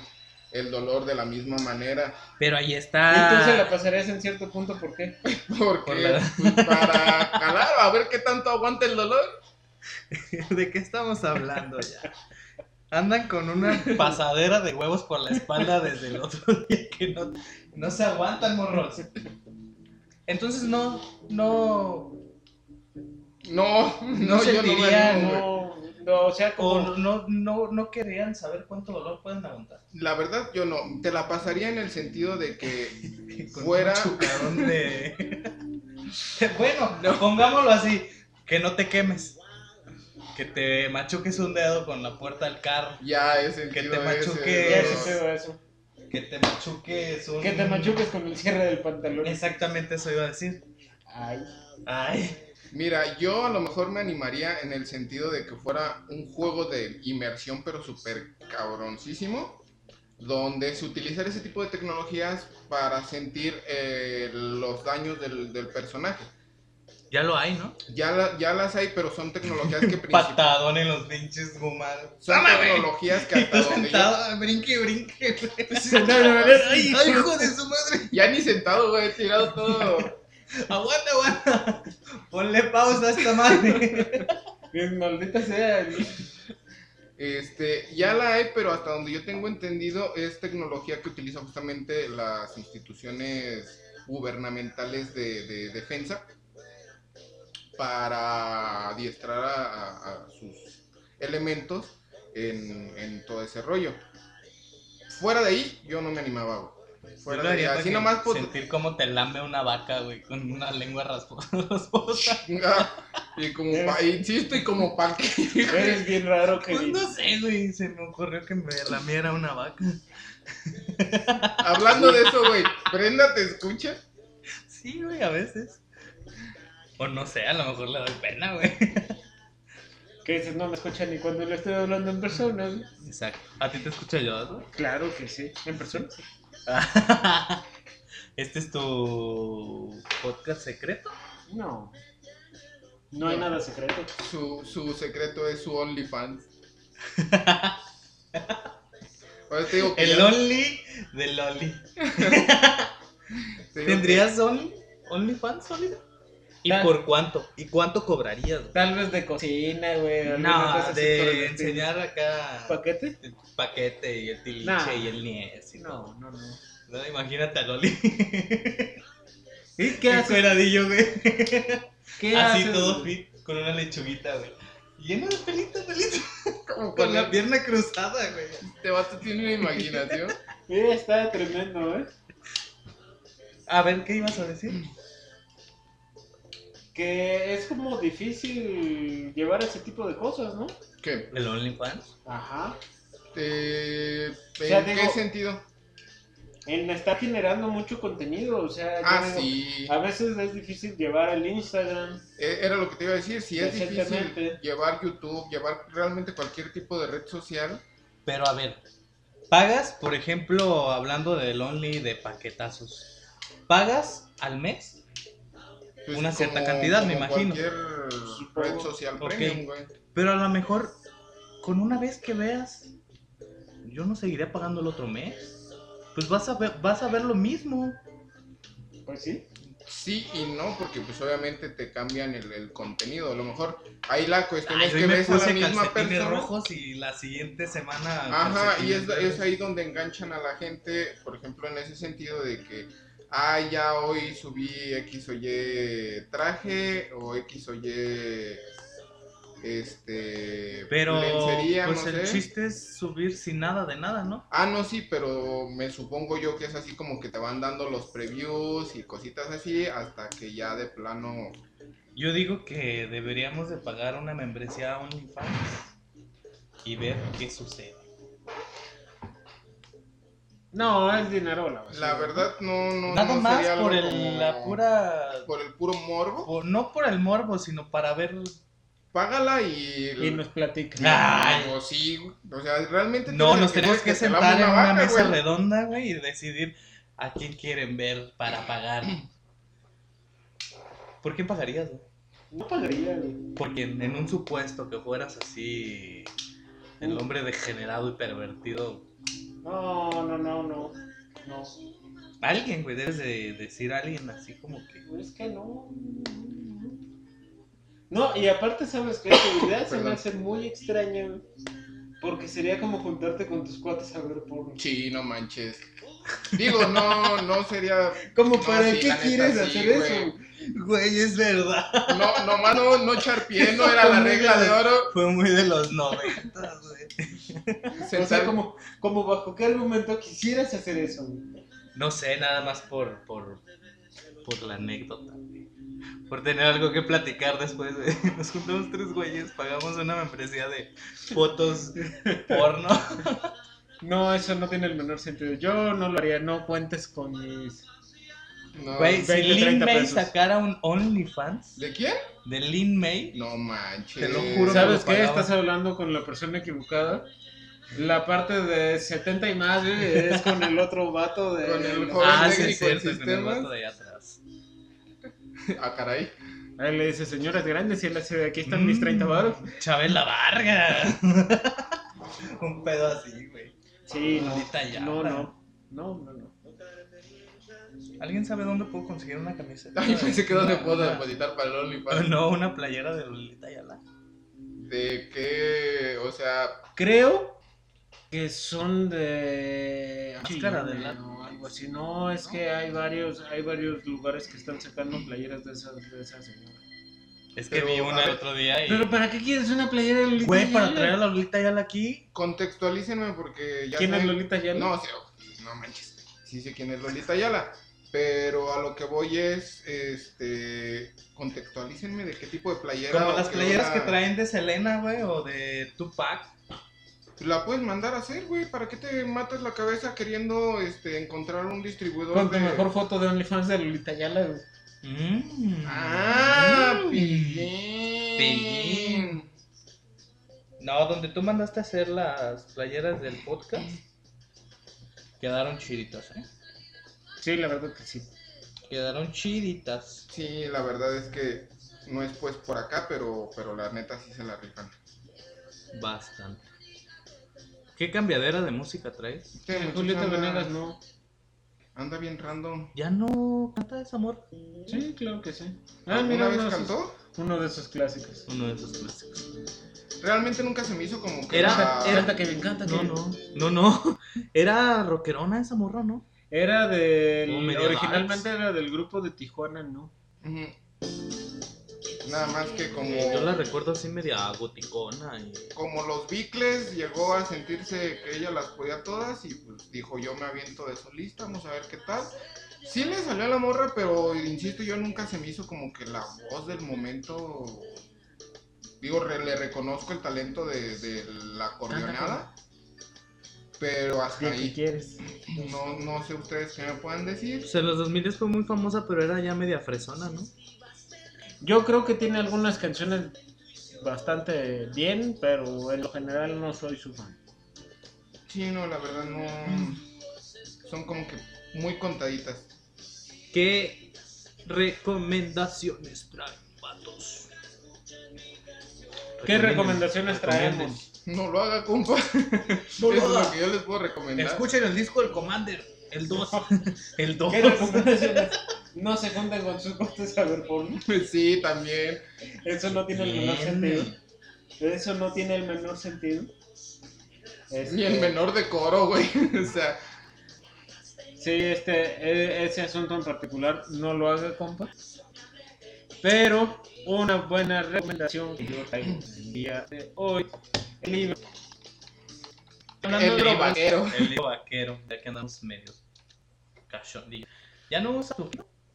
Speaker 1: el dolor de la misma manera.
Speaker 2: Pero ahí
Speaker 3: Entonces la
Speaker 2: está.
Speaker 3: pasarías en cierto punto, ¿por qué?
Speaker 1: Porque
Speaker 2: Por la-
Speaker 1: pues, para calar, a ver qué tanto aguanta el dolor.
Speaker 2: ¿De qué estamos hablando ya? Andan con una pasadera de huevos por la espalda desde el otro día que no, no se aguantan, morros. Entonces no, no,
Speaker 1: No, no,
Speaker 2: No
Speaker 1: yo no me
Speaker 2: sentiría,
Speaker 1: animo, güey.
Speaker 3: No, no, o sea, como...
Speaker 2: o no, no, no querían saber cuánto dolor pueden aguantar.
Speaker 1: La verdad, yo no. Te la pasaría en el sentido de que
Speaker 2: Con
Speaker 1: Fuera.
Speaker 2: un chupadón de... bueno, pongámoslo así, que no te quemes, que te machuques un dedo con la puerta del carro,
Speaker 1: ya es sentido
Speaker 2: te
Speaker 1: ese,
Speaker 2: machuque.
Speaker 1: ¿no?
Speaker 3: Ya se te va eso.
Speaker 2: que te machuques un...
Speaker 3: Que te machuques con el cierre del pantalón.
Speaker 2: Exactamente eso iba a decir.
Speaker 3: Ay.
Speaker 2: Ay.
Speaker 1: Mira, yo a lo mejor me animaría en el sentido de que fuera un juego de inmersión, pero súper cabroncísimo, donde se utilizara ese tipo de tecnologías para sentir eh, los daños del, del personaje.
Speaker 2: Ya lo hay, ¿no?
Speaker 1: Ya, la- ya las hay, pero son tecnologías que principalmente...
Speaker 2: Patadón en los pinches gumados.
Speaker 1: Son
Speaker 2: ¡Sámame!
Speaker 1: tecnologías que
Speaker 2: Y tú
Speaker 1: hasta donde yo...
Speaker 2: sentado, brinque, brinque.
Speaker 3: No, no, no, no.
Speaker 2: ¡Ay, ay, hijo de su madre!
Speaker 1: Ya ni sentado, güey, he tirado todo.
Speaker 2: ¡Aguanta, aguanta! Ponle pausa a esta madre.
Speaker 3: Bien, maldita sea. el-
Speaker 1: Este, ya la hay, pero hasta donde yo tengo entendido es tecnología que utilizan justamente las instituciones gubernamentales de, de defensa para adiestrar a, a- a sus elementos en, en todo ese rollo. Fuera de ahí, yo no me animaba. güey. Fuera
Speaker 2: Yo lo
Speaker 1: de ahí,
Speaker 2: haría
Speaker 1: así
Speaker 2: porque
Speaker 1: nomás pues, por...
Speaker 2: Sentir cómo te lame una vaca, güey, con una lengua raspo- rasposa.
Speaker 1: y como pa- insisto, y como pa' que...
Speaker 3: Eres bien raro,
Speaker 2: Pues
Speaker 3: querido.
Speaker 2: no sé, güey, se me ocurrió que me lamiera una vaca.
Speaker 1: Hablando de eso, güey, Brenda, ¿te escucha?
Speaker 2: Sí, güey, a veces. O no sé, a lo mejor le doy pena, güey.
Speaker 3: Que dices, no me escuchan ni cuando lo estoy hablando en persona. güey.
Speaker 2: Exacto. ¿A ti te escucho yo, güey?
Speaker 3: Claro que sí. ¿En persona?
Speaker 2: Este es tu podcast secreto.
Speaker 3: No. No hay nada secreto.
Speaker 1: Su, su secreto es su OnlyFans. Ahora te digo que
Speaker 2: El
Speaker 1: ya-
Speaker 2: Only de Loli.
Speaker 1: te digo
Speaker 2: ¿Tendrías Only? OnlyFans, Loli? ¿Y
Speaker 3: Ah.
Speaker 2: por cuánto? ¿Y cuánto cobrarías? güey?
Speaker 3: Tal vez de cocina, güey. alguna cosa
Speaker 2: No,
Speaker 3: así por el
Speaker 2: de
Speaker 3: estilo.
Speaker 2: enseñar acá
Speaker 3: ¿Paquete?
Speaker 2: el paquete y el tiliche
Speaker 3: Nah.
Speaker 2: y el niés. y
Speaker 3: No, no, no.
Speaker 2: todo. No, imagínate a Loli.
Speaker 3: ¿Y qué
Speaker 2: Qué
Speaker 3: haces?
Speaker 2: cueradillo, güey.
Speaker 3: ¿Qué
Speaker 2: Así
Speaker 3: haces,
Speaker 2: todo
Speaker 3: güey?
Speaker 2: fit, con una lechuguita, güey. Lleno de pelito, pelito.
Speaker 1: que- Con
Speaker 2: Con la
Speaker 1: el-
Speaker 2: pierna cruzada, güey.
Speaker 1: Este vato tiene una imaginación.
Speaker 3: Sí, está tremendo, ¿eh?
Speaker 2: A ver, ¿qué ibas a decir?
Speaker 3: Que es como difícil llevar ese tipo de cosas, ¿no?
Speaker 1: ¿Qué?
Speaker 2: ¿El OnlyFans?
Speaker 3: Ajá.
Speaker 1: Eh, ¿En
Speaker 3: sea,
Speaker 1: qué
Speaker 3: digo-
Speaker 1: sentido?
Speaker 3: En está generando mucho contenido, o sea, yo
Speaker 1: Ah,
Speaker 3: digo,
Speaker 1: sí.
Speaker 3: a veces es difícil llevar el Instagram.
Speaker 1: Eh, Era lo que te iba a decir. Si es difícil
Speaker 3: Exactamente.
Speaker 1: llevar YouTube, llevar realmente cualquier tipo de red social.
Speaker 2: Pero a ver, pagas, por ejemplo, hablando del Only de paquetazos, pagas al mes,
Speaker 1: pues,
Speaker 2: Una cierta cantidad, me imagino.
Speaker 1: Cualquier red
Speaker 3: Supongo.
Speaker 1: social
Speaker 2: Ok.
Speaker 1: premium, güey.
Speaker 2: pero a lo mejor con una vez que veas, yo no seguiré pagando el otro mes. Pues vas a ver, vas a ver lo mismo.
Speaker 3: Pues sí.
Speaker 1: Sí y no, porque pues obviamente te cambian el, el contenido. A lo mejor ahí la cuestión Ah,
Speaker 2: Ay,
Speaker 1: es
Speaker 2: hoy
Speaker 1: que
Speaker 2: me
Speaker 1: ves a la
Speaker 2: puse
Speaker 1: misma
Speaker 2: calcetines
Speaker 1: persona.
Speaker 2: rojos y la siguiente semana.
Speaker 1: Ajá, y
Speaker 2: calcetines
Speaker 1: es,
Speaker 2: verdes.
Speaker 1: es ahí donde enganchan a la gente, por ejemplo, en ese sentido de que, ah, ya hoy subí X o Y traje o X o Y este,
Speaker 2: Pero
Speaker 1: lencería,
Speaker 2: pues
Speaker 1: no
Speaker 2: el
Speaker 1: sé.
Speaker 2: chiste es subir sin nada de nada, ¿no?
Speaker 1: Ah, no, sí, pero me supongo yo que es así como que te van dando los previews y cositas así hasta que ya de plano...
Speaker 2: Yo digo que deberíamos de pagar una membresía a OnlyFans y ver qué sucede.
Speaker 3: No, es dinero, la verdad.
Speaker 1: La verdad no, no,
Speaker 2: Nada
Speaker 1: no
Speaker 2: más
Speaker 1: sería algo
Speaker 2: por el,
Speaker 1: como-
Speaker 2: la pura...
Speaker 1: Por el puro morbo.
Speaker 2: por- no por el morbo, sino para ver...
Speaker 1: Págala y...
Speaker 3: Y nos platica.
Speaker 2: Ay.
Speaker 1: O sí, güey. o sea, realmente...
Speaker 2: No,
Speaker 1: tienes
Speaker 2: nos
Speaker 1: que
Speaker 2: tenemos
Speaker 1: ver
Speaker 2: que
Speaker 1: te lava
Speaker 2: sentar en una
Speaker 1: vaca,
Speaker 2: mesa
Speaker 1: güey.
Speaker 2: redonda, güey, y decidir a quién quieren ver para pagar. ¿Por quién pagarías, güey?
Speaker 3: No pagaría, güey.
Speaker 2: Porque en, en un supuesto que fueras así... El hombre degenerado y pervertido.
Speaker 3: No, no, no, no. No.
Speaker 2: Alguien, güey, debes de decir a alguien así como que...
Speaker 3: Pues Es que no. No, y aparte, ¿sabes que Tu idea se me
Speaker 1: Perdón.
Speaker 3: hace muy extraña, güey. Porque sería como juntarte con tus cuates a ver porno.
Speaker 1: Sí, no manches. Digo, no, no sería...
Speaker 3: Como
Speaker 1: No,
Speaker 3: para
Speaker 1: sí,
Speaker 3: qué
Speaker 1: la neta,
Speaker 3: quieres
Speaker 1: sí,
Speaker 3: hacer
Speaker 1: güey.
Speaker 3: eso?
Speaker 2: Güey, es verdad.
Speaker 1: No, nomás no, no charpié, no era la regla de oro.
Speaker 2: Fue muy de los noventas, güey.
Speaker 3: O
Speaker 1: Sentar-
Speaker 3: sea, como, como bajo qué argumento quisieras hacer eso, güey.
Speaker 2: No sé, nada más por, por, por la anécdota, güey. Por tener algo que platicar después de... Nos juntamos tres güeyes, pagamos una membresía de fotos porno.
Speaker 3: No, eso no tiene el menor sentido. Yo no lo haría, no cuentes con mis.
Speaker 1: no.
Speaker 2: Güey, si
Speaker 3: 20,
Speaker 2: Lin
Speaker 3: 30
Speaker 2: May
Speaker 3: pesos.
Speaker 2: sacara un OnlyFans
Speaker 1: ¿De quién?
Speaker 2: de Lin May,
Speaker 1: No manches.
Speaker 2: Te lo juro.
Speaker 3: ¿Sabes
Speaker 2: lo
Speaker 3: qué?
Speaker 2: pagaba.
Speaker 3: Estás hablando con la persona equivocada. La parte de 70 y más, güey, es con el otro vato de.
Speaker 1: Con el joven.
Speaker 2: ah,
Speaker 1: el
Speaker 2: sí es
Speaker 1: técnico del
Speaker 2: cierto, con el
Speaker 1: sistema.
Speaker 2: vato de allá atrás.
Speaker 1: Ah, caray.
Speaker 3: Ahí le dice, señoras grandes, y él así de, aquí están mis
Speaker 2: Mm,
Speaker 3: 30 varos.
Speaker 2: Chabela Vargas. Un pedo así, güey.
Speaker 3: Sí,
Speaker 2: Ahorita ya,
Speaker 3: no, no,
Speaker 2: ahora.
Speaker 3: no, no, no, no.
Speaker 2: ¿Alguien sabe dónde puedo conseguir una camiseta?
Speaker 1: Ay, pensé que dónde
Speaker 2: Una-
Speaker 1: puedo
Speaker 2: una-
Speaker 1: depositar para el
Speaker 2: Oh,
Speaker 1: OnlyFans.
Speaker 2: No, una playera de Lolita Ayala.
Speaker 1: De que, o sea,
Speaker 3: Creo que son de
Speaker 2: Máscara de
Speaker 3: Chile
Speaker 2: látex.
Speaker 3: o algo así. No, es que hay varios, hay varios lugares que están sacando playeras de esas, de esas señoras.
Speaker 2: Es que
Speaker 1: Pero,
Speaker 2: vi
Speaker 1: a
Speaker 2: una el
Speaker 1: ver.
Speaker 2: otro día y.
Speaker 3: Pero ¿para qué quieres una playera de Lolita
Speaker 2: Güey, para
Speaker 3: Ayala?
Speaker 2: traer a la Lolita Ayala aquí.
Speaker 1: contextualícenme porque ya
Speaker 3: ¿Quién es
Speaker 1: saben-
Speaker 3: Lolita Ayala?
Speaker 1: No, o sea, no manches. Sí sé quién es Lolita Ayala. Pero a lo que voy es, este, contextualícenme de qué tipo de playera.
Speaker 2: Como
Speaker 1: o
Speaker 2: las
Speaker 1: qué
Speaker 2: playeras
Speaker 1: onda.
Speaker 2: que traen de Selena, güey, o de Tupac.
Speaker 1: La puedes mandar a hacer, güey. ¿Para qué te matas la cabeza queriendo, este, encontrar un distribuidor?
Speaker 3: Con tu
Speaker 1: de-
Speaker 3: mejor foto de OnlyFans de Lolita Ayala. güey.
Speaker 2: Mm.
Speaker 1: Ah,
Speaker 2: Mm.
Speaker 1: pillín.
Speaker 2: Pillín. No, donde tú mandaste a hacer las playeras del podcast. Quedaron chiditas, ¿eh?
Speaker 3: Sí, la verdad que sí.
Speaker 2: Quedaron chiditas.
Speaker 1: Sí, la verdad es que no es pues por acá, pero, pero la neta sí se la rifan.
Speaker 2: Bastante. ¿Qué cambiadera de música traes?
Speaker 1: Este muchacho
Speaker 3: Julieta
Speaker 1: anda-
Speaker 3: Venegas no.
Speaker 1: Anda bien random.
Speaker 2: Ya no canta esa morra.
Speaker 3: Sí, claro que sí. Ah,
Speaker 1: ¿Alguna
Speaker 3: mira,
Speaker 1: vez
Speaker 3: uno, de esos-
Speaker 1: cantó?
Speaker 3: uno de esos clásicos.
Speaker 2: Uno de esos clásicos.
Speaker 1: Realmente nunca se me hizo como que...
Speaker 2: Era-
Speaker 1: la-
Speaker 2: era-
Speaker 3: que me encanta.
Speaker 2: No, no, no, no. Era rockerona esa morra, ¿no?
Speaker 3: Era del.
Speaker 2: Como medio
Speaker 3: Originalmente era del grupo de Tijuana, ¿no?
Speaker 1: Ujú. Nada más que como,
Speaker 2: Yo la recuerdo así media goticona y
Speaker 1: como los bicles, llegó a sentirse que ella las podía todas y pues dijo, yo me aviento de solista, vamos a ver qué tal. Sí le salió a la morra, pero insisto, yo nunca se me hizo como que la voz del momento... Digo, re- le reconozco el talento de, de la acordeonada, pero hasta
Speaker 3: Bien, ¿qué
Speaker 1: ahí.
Speaker 3: quieres?
Speaker 1: No, no sé ustedes qué me puedan decir.
Speaker 2: Pues en los 2000 fue muy famosa, pero era ya media fresona, ¿no?
Speaker 3: Yo creo que tiene algunas canciones bastante bien, pero en lo general no soy su fan.
Speaker 1: Sí, no, la verdad no. Son como que muy contaditas.
Speaker 2: ¿Qué recomendaciones traen, patos?
Speaker 3: ¿Qué recomendaciones traemos?
Speaker 1: No lo haga, compa.
Speaker 2: No
Speaker 1: Eso
Speaker 2: lo
Speaker 1: es
Speaker 2: haga.
Speaker 1: lo que yo les puedo recomendar.
Speaker 2: Escuchen el disco del Commander, el 2. El 2.
Speaker 3: ¿Qué recomendaciones? No se junten con sus gustos a ver porno.
Speaker 1: Sí, también.
Speaker 3: Eso no tiene el menor sentido. Eso no tiene el menor sentido. Este,
Speaker 1: Ni el menor decoro, güey. O sea,
Speaker 3: Sí, este, e- ese asunto en particular no lo haga, compa. Pero una buena recomendación que yo traigo el día de hoy. El libro.
Speaker 1: el
Speaker 2: de libros,
Speaker 1: libanero.
Speaker 2: El libro vaquero, ya que andamos medios cachondillos. ¿Ya no usa tu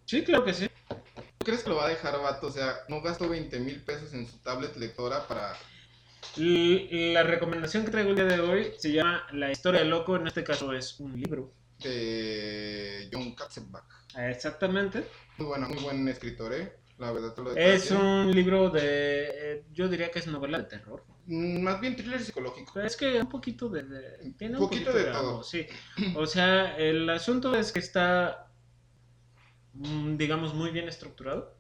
Speaker 3: Sí, claro que sí.
Speaker 1: ¿Tú crees que lo va a dejar vato? O sea, no gasto 20 mil pesos en su tablet lectora para.
Speaker 3: L- La recomendación que traigo el día de hoy se llama La historia del loco. En este caso es un libro.
Speaker 1: de John Katzenbach.
Speaker 3: Ah, Exactamente.
Speaker 1: Muy bueno, muy buen escritor, ¿eh? La verdad te lo digo.
Speaker 3: Es un libro de. eh, Yo diría que es novela de terror.
Speaker 1: Mm, Más bien thriller psicológico.
Speaker 3: Pero Es que un poquito de. de- tiene un
Speaker 1: Poquito
Speaker 3: poquito,
Speaker 1: de
Speaker 3: de, algo,
Speaker 1: todo.
Speaker 3: sí. O sea, el asunto es que está. mm, Digamos, muy bien estructurado.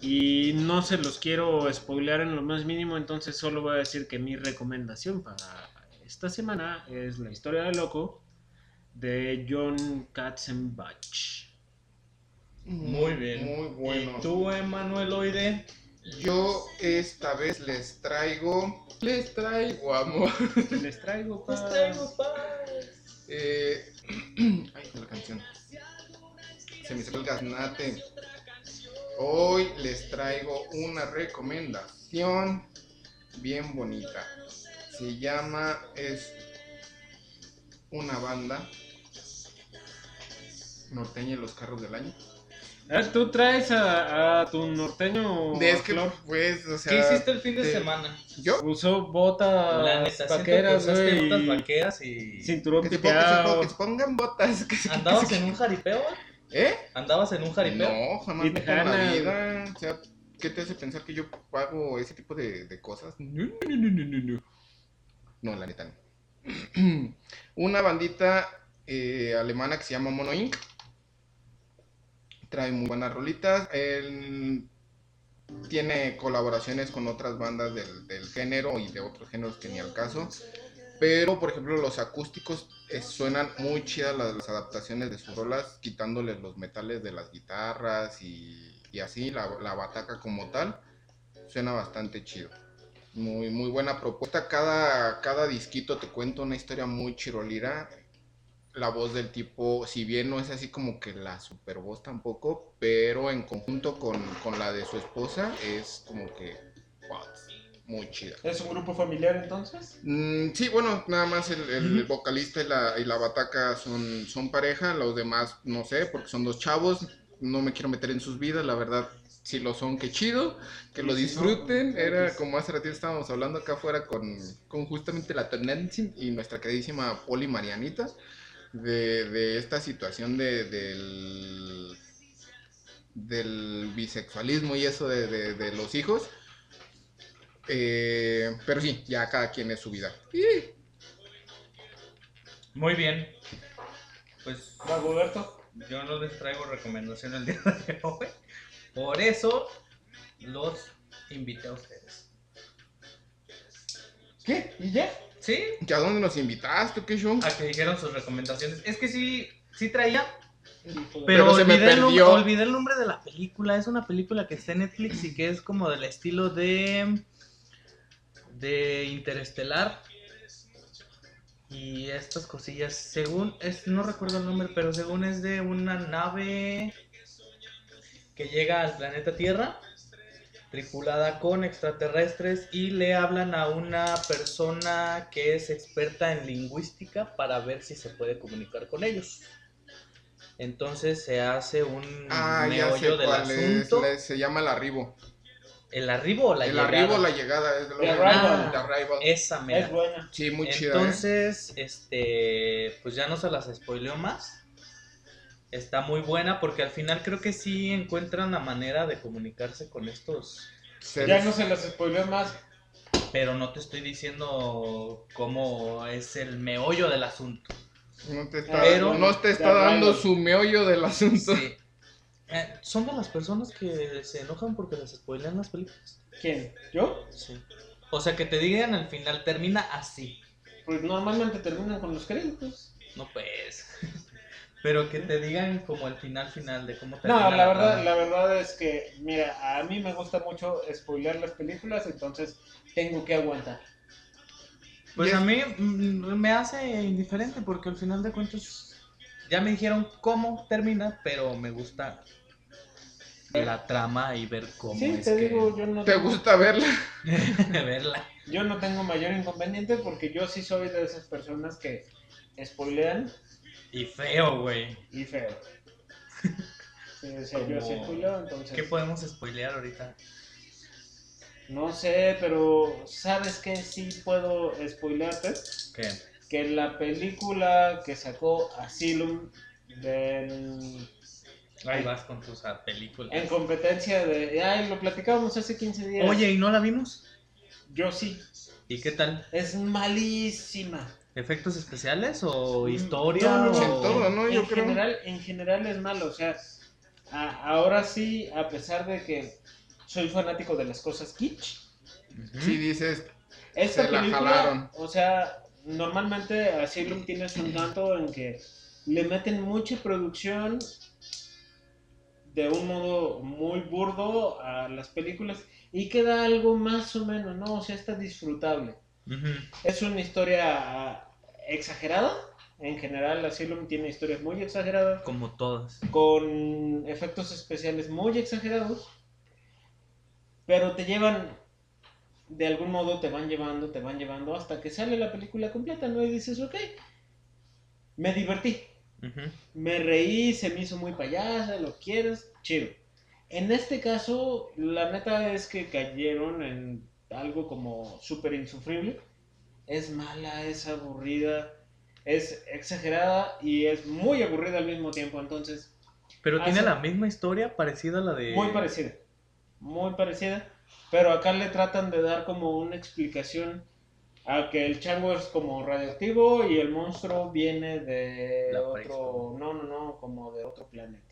Speaker 3: Y no se los quiero spoilear en lo más mínimo, entonces solo voy a decir que mi recomendación para esta semana es La historia del loco de John Katzenbach.
Speaker 2: Muy bien.
Speaker 1: Muy bueno.
Speaker 2: ¿Y tú, Emanuel Oide?
Speaker 1: Yo esta vez les traigo, les traigo amor.
Speaker 3: Les traigo paz.
Speaker 1: Eh, ay, la canción. Se me salió el gaznate. Hoy les traigo una recomendación bien bonita. Se llama, es una banda norteña y los carros del año.
Speaker 3: A ver, Ah, Tú traes a, a tu norteño.
Speaker 1: Es que,
Speaker 3: Flor?
Speaker 1: pues, o sea,
Speaker 2: Oh, ¿Qué hiciste el fin de
Speaker 1: te-
Speaker 2: semana?
Speaker 1: yo
Speaker 3: Usó botas
Speaker 2: La neta,
Speaker 3: vaqueras,
Speaker 2: siento que usaste
Speaker 3: güey.
Speaker 2: botas
Speaker 3: y
Speaker 2: vaqueras y...
Speaker 3: Cinturón
Speaker 1: que se, pongan, que se
Speaker 3: piteado.
Speaker 1: pongan- que se pongan botas. que se- que
Speaker 2: ¿Andabas
Speaker 1: se-
Speaker 2: en un jaripeo?
Speaker 1: ¿Eh?
Speaker 2: ¿Andabas en un jaripeo?
Speaker 1: No, jamás
Speaker 3: Y
Speaker 1: nunca en la
Speaker 3: Tejana,
Speaker 1: vida. O sea, ¿qué te hace pensar que yo pago ese tipo de, de cosas? No, no, no, no, no, no. No, la neta no. Una bandita eh, alemana que se llama Mono Inc. Trae muy buenas rolitas. Él tiene colaboraciones con otras bandas del, del género y de otros géneros que ni al caso. Pero, por ejemplo, los acústicos eh, suenan muy chidas las, las adaptaciones de sus rolas, quitándoles los metales de las guitarras y, y así, la, la bataca como tal. Suena bastante chido. Muy, muy buena propuesta. Cada, cada disquito te cuenta una historia muy chirolira. La voz del tipo, si bien no es así como que la super voz tampoco, pero en conjunto con, con la de su esposa es como que wow, muy chida.
Speaker 3: ¿Es un grupo familiar entonces?
Speaker 1: Mm, sí, bueno, nada más el, el vocalista y la, y la bataca son, son pareja, los demás no sé, porque son dos chavos, no me quiero meter en sus vidas, la verdad, si lo son, qué chido, que lo
Speaker 3: Y si no,
Speaker 1: disfruten,
Speaker 3: pues,
Speaker 1: era
Speaker 3: pues.
Speaker 1: como hace ratito estábamos hablando acá afuera con, con justamente la tendencia y nuestra queridísima Poli Marianita, de, de esta situación de, del, del bisexualismo y eso de, de- de los hijos. Eh, pero sí, ya cada quien es su vida.
Speaker 2: Muy bien. Pues
Speaker 3: Dagoberto.
Speaker 2: yo no les traigo recomendación el día de hoy. Por eso los invité a ustedes.
Speaker 3: ¿Qué? ¿Y ya?
Speaker 2: ¿Sí?
Speaker 1: ¿Y a dónde nos invitaste? ¿Qué show?
Speaker 2: A que dijeron sus recomendaciones. Es que sí, sí traía,
Speaker 1: Pero
Speaker 2: pero,
Speaker 1: se me
Speaker 2: olvidé, el, nom-
Speaker 1: perdió.
Speaker 2: olvidé el nombre de la película. Es una película que está en Netflix y que es como del estilo de. de Interestelar. Y estas cosillas, según. Es, no recuerdo el nombre, pero según es de una nave que llega al planeta Tierra tripulada con extraterrestres y le hablan a una persona que es experta en lingüística para ver si se puede comunicar con ellos. Entonces se hace un
Speaker 1: Ah, ya sé
Speaker 2: meollo del
Speaker 1: cuál es.
Speaker 2: asunto.
Speaker 1: le- se llama el arribo.
Speaker 2: El arribo o la
Speaker 1: el
Speaker 2: llegada. Ah,
Speaker 1: arribo, la llegada. Es lo
Speaker 3: The
Speaker 1: mismo,
Speaker 3: Arrival.
Speaker 1: The Arrival.
Speaker 2: Esa mera.
Speaker 3: Es buena.
Speaker 1: Sí, muy chida. ¿eh?
Speaker 2: Ah. Entonces, este, pues ya no se las spoileo más. Está muy buena porque al final creo que sí encuentran la manera de comunicarse con estos,
Speaker 1: Se-
Speaker 3: Ya no se las spoileo más.
Speaker 2: pero no te estoy diciendo cómo es el meollo del asunto.
Speaker 1: no te está,
Speaker 2: Pero-
Speaker 1: no te está
Speaker 3: The
Speaker 1: dando
Speaker 3: Arrival.
Speaker 1: su meollo del asunto.
Speaker 2: Sí. Eh, Son de las personas que se enojan porque les spoilean las películas.
Speaker 3: ¿Quién? ¿Yo?
Speaker 2: Sí. O sea, que te digan al final termina así.
Speaker 3: Pues normalmente terminan con los créditos.
Speaker 2: No pues. Pero que te digan como el final final de cómo termina.
Speaker 3: No, la
Speaker 2: trama.
Speaker 3: verdad, la verdad es que, mira, a mí me gusta mucho spoilear las películas, entonces tengo que aguantar.
Speaker 1: Y
Speaker 2: Pues
Speaker 1: es-
Speaker 2: a mí mm, me hace indiferente porque al final de cuentas ya me dijeron cómo termina, pero me gusta la trama y ver cómo
Speaker 3: Sí,
Speaker 2: es
Speaker 3: te
Speaker 2: que
Speaker 3: digo, yo no,
Speaker 1: ¿Te
Speaker 3: tengo,
Speaker 1: gusta verla?
Speaker 2: verla.
Speaker 3: yo no tengo mayor inconveniente porque yo sí soy de esas personas que spoilean
Speaker 2: Y feo, güey.
Speaker 3: y feo. Sí, o sea,
Speaker 2: Como-
Speaker 3: yo sí spoileo, entonces...
Speaker 2: ¿Qué podemos spoilear ahorita?
Speaker 3: No sé, pero ¿sabes qué? Sí puedo spoilearte.
Speaker 2: ¿Qué?
Speaker 3: Que la película que sacó Asylum del-
Speaker 2: Ahí vas con tus ah, películas.
Speaker 3: en competencia de... Ay, lo platicábamos hace 15 días.
Speaker 2: Oye, ¿y no la vimos?
Speaker 3: Yo sí.
Speaker 2: ¿Y qué tal?
Speaker 3: Es malísima.
Speaker 2: ¿Efectos especiales o
Speaker 3: Mm,
Speaker 2: historia?
Speaker 3: no, no,
Speaker 2: o-
Speaker 1: Sí, todo, ¿no? Yo
Speaker 3: en,
Speaker 1: creo.
Speaker 3: general, en general es malo. O sea, a- ahora sí, a pesar de que soy fanático de las cosas kitsch,
Speaker 2: Ujú.
Speaker 1: Si dices,
Speaker 3: esta
Speaker 1: Se la
Speaker 3: película,
Speaker 1: jalaron.
Speaker 3: o sea, normalmente Asylum tiene su encanto en que le meten mucha producción de un modo muy burdo a las películas y queda algo más o menos, ¿no? O sea, está disfrutable.
Speaker 2: Ujú.
Speaker 3: Es una historia ah, exagerada. En general, Asylum tiene historias muy exageradas,
Speaker 2: Como todas.
Speaker 3: con efectos especiales muy exagerados, pero te llevan, de algún modo te van llevando, te van llevando hasta que sale la película completa, ¿no? Y dices, ok, me divertí,
Speaker 2: Ujú.
Speaker 3: me reí, se me hizo muy payasa, lo quieres, chido. En este caso, la neta es que cayeron en algo como súper insufrible. Es mala, es aburrida, es exagerada y es muy aburrida al mismo tiempo. Entonces,
Speaker 2: Pero
Speaker 3: Ah,
Speaker 2: tiene
Speaker 3: sí.
Speaker 2: la misma historia parecida a la de...
Speaker 3: muy parecida. Muy parecida. Pero acá le tratan de dar como una explicación a que el chango es como radioactivo y el monstruo viene de
Speaker 2: La
Speaker 3: otro.
Speaker 2: prehistoria.
Speaker 3: No, no, no, como de otro planeta.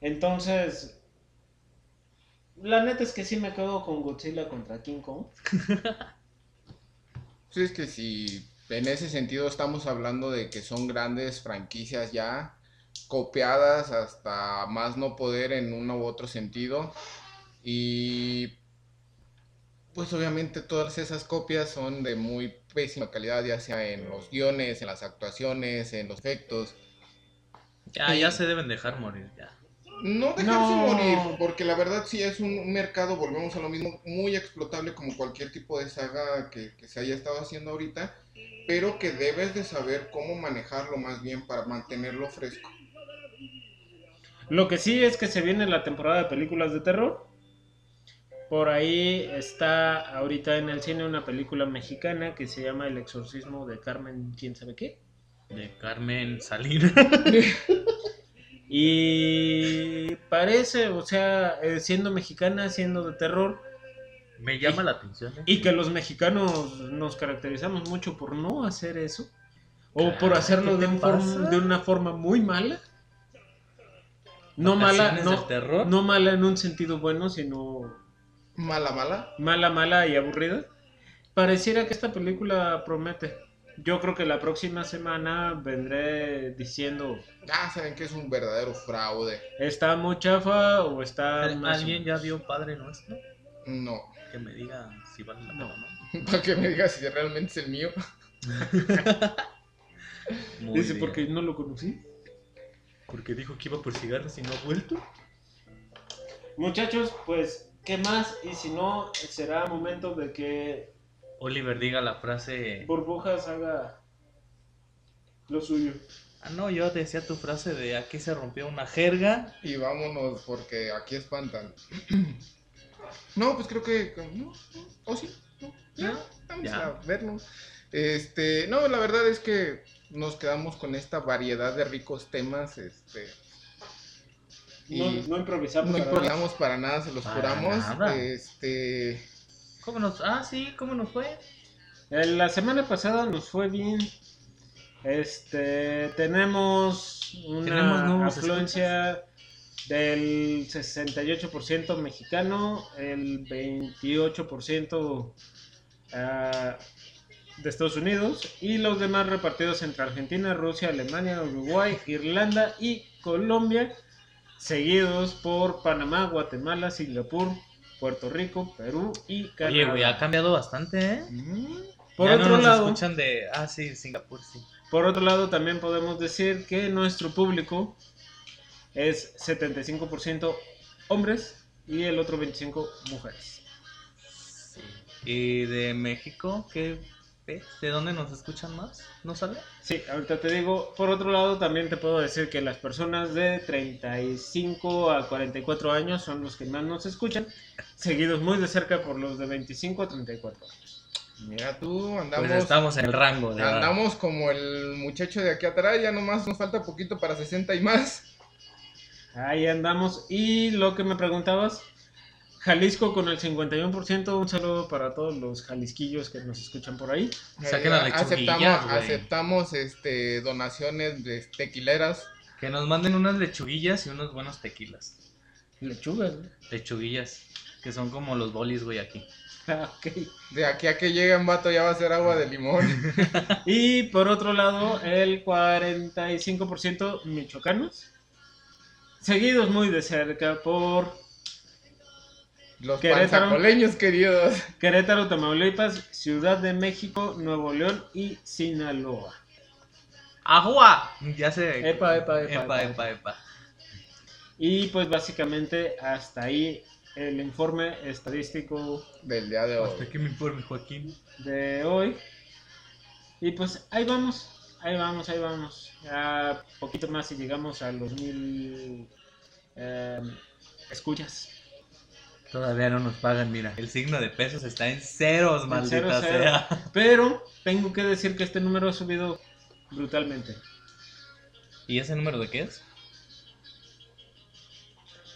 Speaker 3: Entonces. La neta es que sí me quedo con Godzilla contra King Kong.
Speaker 1: Sí, es que si en ese sentido estamos hablando de que son grandes franquicias ya copiadas hasta más no poder en uno u otro sentido y pues obviamente todas esas copias son de muy pésima calidad ya sea en los guiones, en las actuaciones, en los efectos.
Speaker 2: Ah, Ya, ya se deben dejar morir, ya.
Speaker 1: No dejarse
Speaker 3: No.
Speaker 1: morir, porque la verdad sí es un un mercado, volvemos a lo mismo, muy explotable como cualquier tipo de saga que, que se haya estado haciendo ahorita, pero que debes de saber cómo manejarlo más bien para mantenerlo fresco.
Speaker 3: Lo que sí es que se viene la temporada de películas de terror. Por ahí está ahorita en el cine una película mexicana que se llama El exorcismo de Carmen, quién sabe qué.
Speaker 2: De Carmen Salinas.
Speaker 3: Y parece, o sea, eh, siendo mexicana, siendo de terror,
Speaker 2: Me llama la atención. ¿eh?
Speaker 3: y que los mexicanos nos caracterizamos mucho por no hacer eso, o
Speaker 2: Caray,
Speaker 3: por hacerlo
Speaker 2: ¿qué te
Speaker 3: de, un form-
Speaker 2: pasa?
Speaker 3: de una forma muy mala. No mala,
Speaker 2: Vacaciones
Speaker 3: no,
Speaker 2: del terror.
Speaker 3: no mala en un sentido bueno, sino
Speaker 1: Mala, mala.
Speaker 3: mala, mala y aburrida. Pareciera que esta película promete. Yo creo que la próxima semana vendré diciendo,
Speaker 1: Ah, saben que es un verdadero fraude.
Speaker 3: ¿está muy chafa o está más o
Speaker 2: ¿Alguien ya
Speaker 3: menos?
Speaker 2: vio Padre Nuestro?
Speaker 1: No,
Speaker 2: Que me diga si vale la pena o no.
Speaker 1: para que me digas si realmente es el mío.
Speaker 2: Muy
Speaker 3: Dice,
Speaker 2: bien.
Speaker 3: porque no lo conocí.
Speaker 2: Porque dijo que iba por cigarros y no ha vuelto.
Speaker 3: Muchachos, pues, ¿qué más? Y si no, será momento de que
Speaker 2: Oliver diga la frase.
Speaker 3: Burbujas haga lo suyo.
Speaker 2: Ah, no, yo decía tu frase de aquí se rompió una jerga.
Speaker 1: Y vámonos porque aquí espantan. No, pues creo que. No, o sí. No, ya, vamos
Speaker 2: Ya.
Speaker 1: a vernos. Este, no, la verdad es que nos quedamos con esta variedad de ricos temas. Este,
Speaker 3: No,
Speaker 1: Y-
Speaker 3: no improvisamos.
Speaker 1: no
Speaker 3: para nada.
Speaker 1: improvisamos para nada, se los
Speaker 2: Para
Speaker 1: juramos.
Speaker 2: nada.
Speaker 1: Este,
Speaker 2: ¿Cómo nos.? Ah, sí, ¿cómo nos fue?
Speaker 3: Eh, La semana pasada nos fue bien. Este, tenemos una
Speaker 2: Tenemos nuevos
Speaker 3: afluencia del 68% mexicano, el 28% ah, de Estados Unidos y los demás repartidos entre Argentina, Rusia, Alemania, Uruguay, Irlanda y Colombia, seguidos por Panamá, Guatemala, Singapur, Puerto Rico, Perú y Canadá.
Speaker 2: Oye, güey, ha cambiado bastante, ¿eh?
Speaker 1: mm,
Speaker 3: Por
Speaker 2: Ya no
Speaker 3: otro
Speaker 2: nos
Speaker 3: lado,
Speaker 2: escuchan de. Ah, sí, Singapur, sí.
Speaker 3: por otro lado, también podemos decir que nuestro público es 75% hombres y el otro 25% mujeres.
Speaker 2: ¿Y de México? ¿Qué ves? ¿De dónde nos escuchan más? ¿No sale?
Speaker 3: Sí, ahorita te digo, por otro lado, también te puedo decir que las personas de 35 a 44 años son los que más nos escuchan, seguidos muy de cerca por los de 25 a 34 años.
Speaker 1: mira tú, andamos.
Speaker 2: Pues estamos en el rango, de verdad.
Speaker 1: Andamos como el muchacho de aquí atrás, ya nomás nos falta poquito para 60 y más.
Speaker 3: Ahí andamos. Y lo que me preguntabas, Jalisco con el 51%, un saludo para todos los jalisquillos que nos escuchan por ahí.
Speaker 2: ah, Saquen las lechuguillas,
Speaker 1: Eh, aceptamos,
Speaker 2: güey.
Speaker 1: aceptamos este donaciones de tequileras.
Speaker 2: Que nos manden unas lechuguillas y unos buenos tequilas.
Speaker 3: Lechugas, ¿no?
Speaker 2: Lechuguillas, que son como los bolis, güey, aquí.
Speaker 3: Ah, ok.
Speaker 1: De aquí a que lleguen vato ya va a ser agua de limón.
Speaker 3: Y por otro lado, el 45% michoacanos. Seguidos muy de cerca por
Speaker 1: Los
Speaker 3: Querétaro.
Speaker 1: panzacoleños queridos.
Speaker 3: Querétaro, Tamaulipas, Ciudad de México, Nuevo León y Sinaloa.
Speaker 2: ¡Agua! Ya se.
Speaker 3: Epa, epa, epa,
Speaker 2: Epa,
Speaker 3: epa.
Speaker 2: epa, epa.
Speaker 3: Y pues básicamente hasta ahí el informe estadístico
Speaker 1: Del día de
Speaker 2: Hasta
Speaker 1: hoy.
Speaker 2: que me informe, Joaquín.
Speaker 3: de hoy. Y pues ahí vamos, ahí vamos, ahí vamos. Ya poquito más y llegamos a los mil eh, escuchas.
Speaker 2: Todavía no nos pagan, mira. El signo de pesos está en ceros, maldita
Speaker 3: cero, cero.
Speaker 2: sea.
Speaker 3: Pero tengo que decir que este número ha subido brutalmente.
Speaker 2: ¿Y ese número de qué es?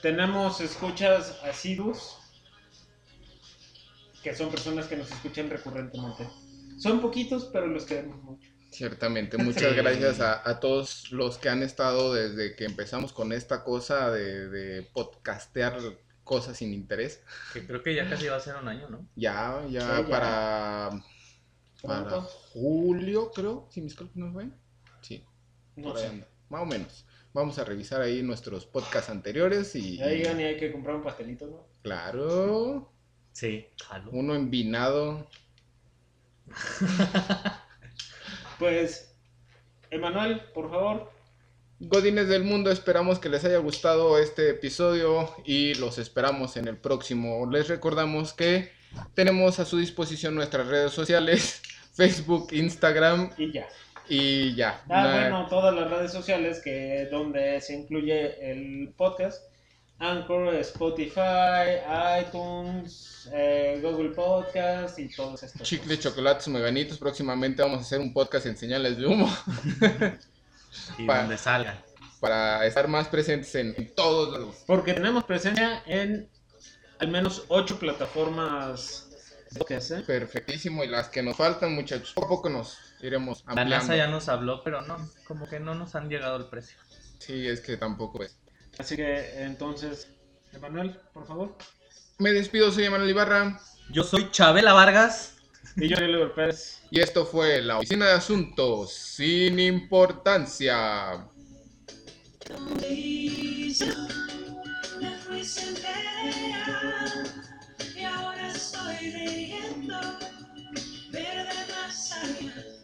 Speaker 3: Tenemos escuchas asiduos, que son personas que nos escuchan recurrentemente. Son poquitos, pero los queremos mucho.
Speaker 1: Ciertamente, muchas
Speaker 2: Sí.
Speaker 1: gracias a, a todos los que han estado desde que empezamos con esta cosa de, de podcastear cosas sin interés.
Speaker 2: Que creo que ya casi va a ser un año, ¿no?
Speaker 1: Ya, ya,
Speaker 3: Sí, ya.
Speaker 1: para, para
Speaker 3: Pronto,
Speaker 1: julio, creo, si mis cálculos no ven. Sí.
Speaker 3: no
Speaker 1: por ahí
Speaker 3: sé.
Speaker 1: anda, Más o menos. Vamos a revisar ahí nuestros podcasts anteriores y,
Speaker 3: Ya llegan y hay que comprar un pastelito, ¿no?
Speaker 1: claro,
Speaker 2: Sí, jalo.
Speaker 1: uno envinado.
Speaker 3: Pues, Emanuel, por favor,
Speaker 1: Godines del mundo, esperamos que les haya gustado este episodio y los esperamos en el próximo. Les recordamos que tenemos a su disposición nuestras redes sociales, Facebook, Instagram
Speaker 3: y ya.
Speaker 1: y ya.
Speaker 3: Ah,
Speaker 1: Na-
Speaker 3: bueno, todas las redes sociales que donde se incluye el podcast. Anchor, Spotify, iTunes, eh, Google Podcast y todos estos.
Speaker 1: Chicle, chocolates, meganitos. Próximamente vamos a hacer un podcast en señales de humo
Speaker 2: Y
Speaker 1: Pa-
Speaker 2: donde salga.
Speaker 1: para estar más presentes en todos los
Speaker 3: Porque tenemos presencia en al menos ocho plataformas de podcast, ¿eh?
Speaker 1: Perfectísimo, y las que nos faltan, muchachos, poco a poco nos iremos
Speaker 2: La
Speaker 1: ampliando.
Speaker 2: NASA ya nos habló, pero no, como que no nos han llegado el precio.
Speaker 1: Sí, es que tampoco es.
Speaker 3: Así que entonces, Emanuel, por favor.
Speaker 1: Me despido, soy Emanuel Ibarra,
Speaker 2: Yo soy Chabela Vargas.
Speaker 3: Y yo, Oliver Pérez.
Speaker 1: y esto fue la Oficina de Asuntos Sin Importancia.
Speaker 4: me fui sin ver y ahora estoy riendo, verde más allá.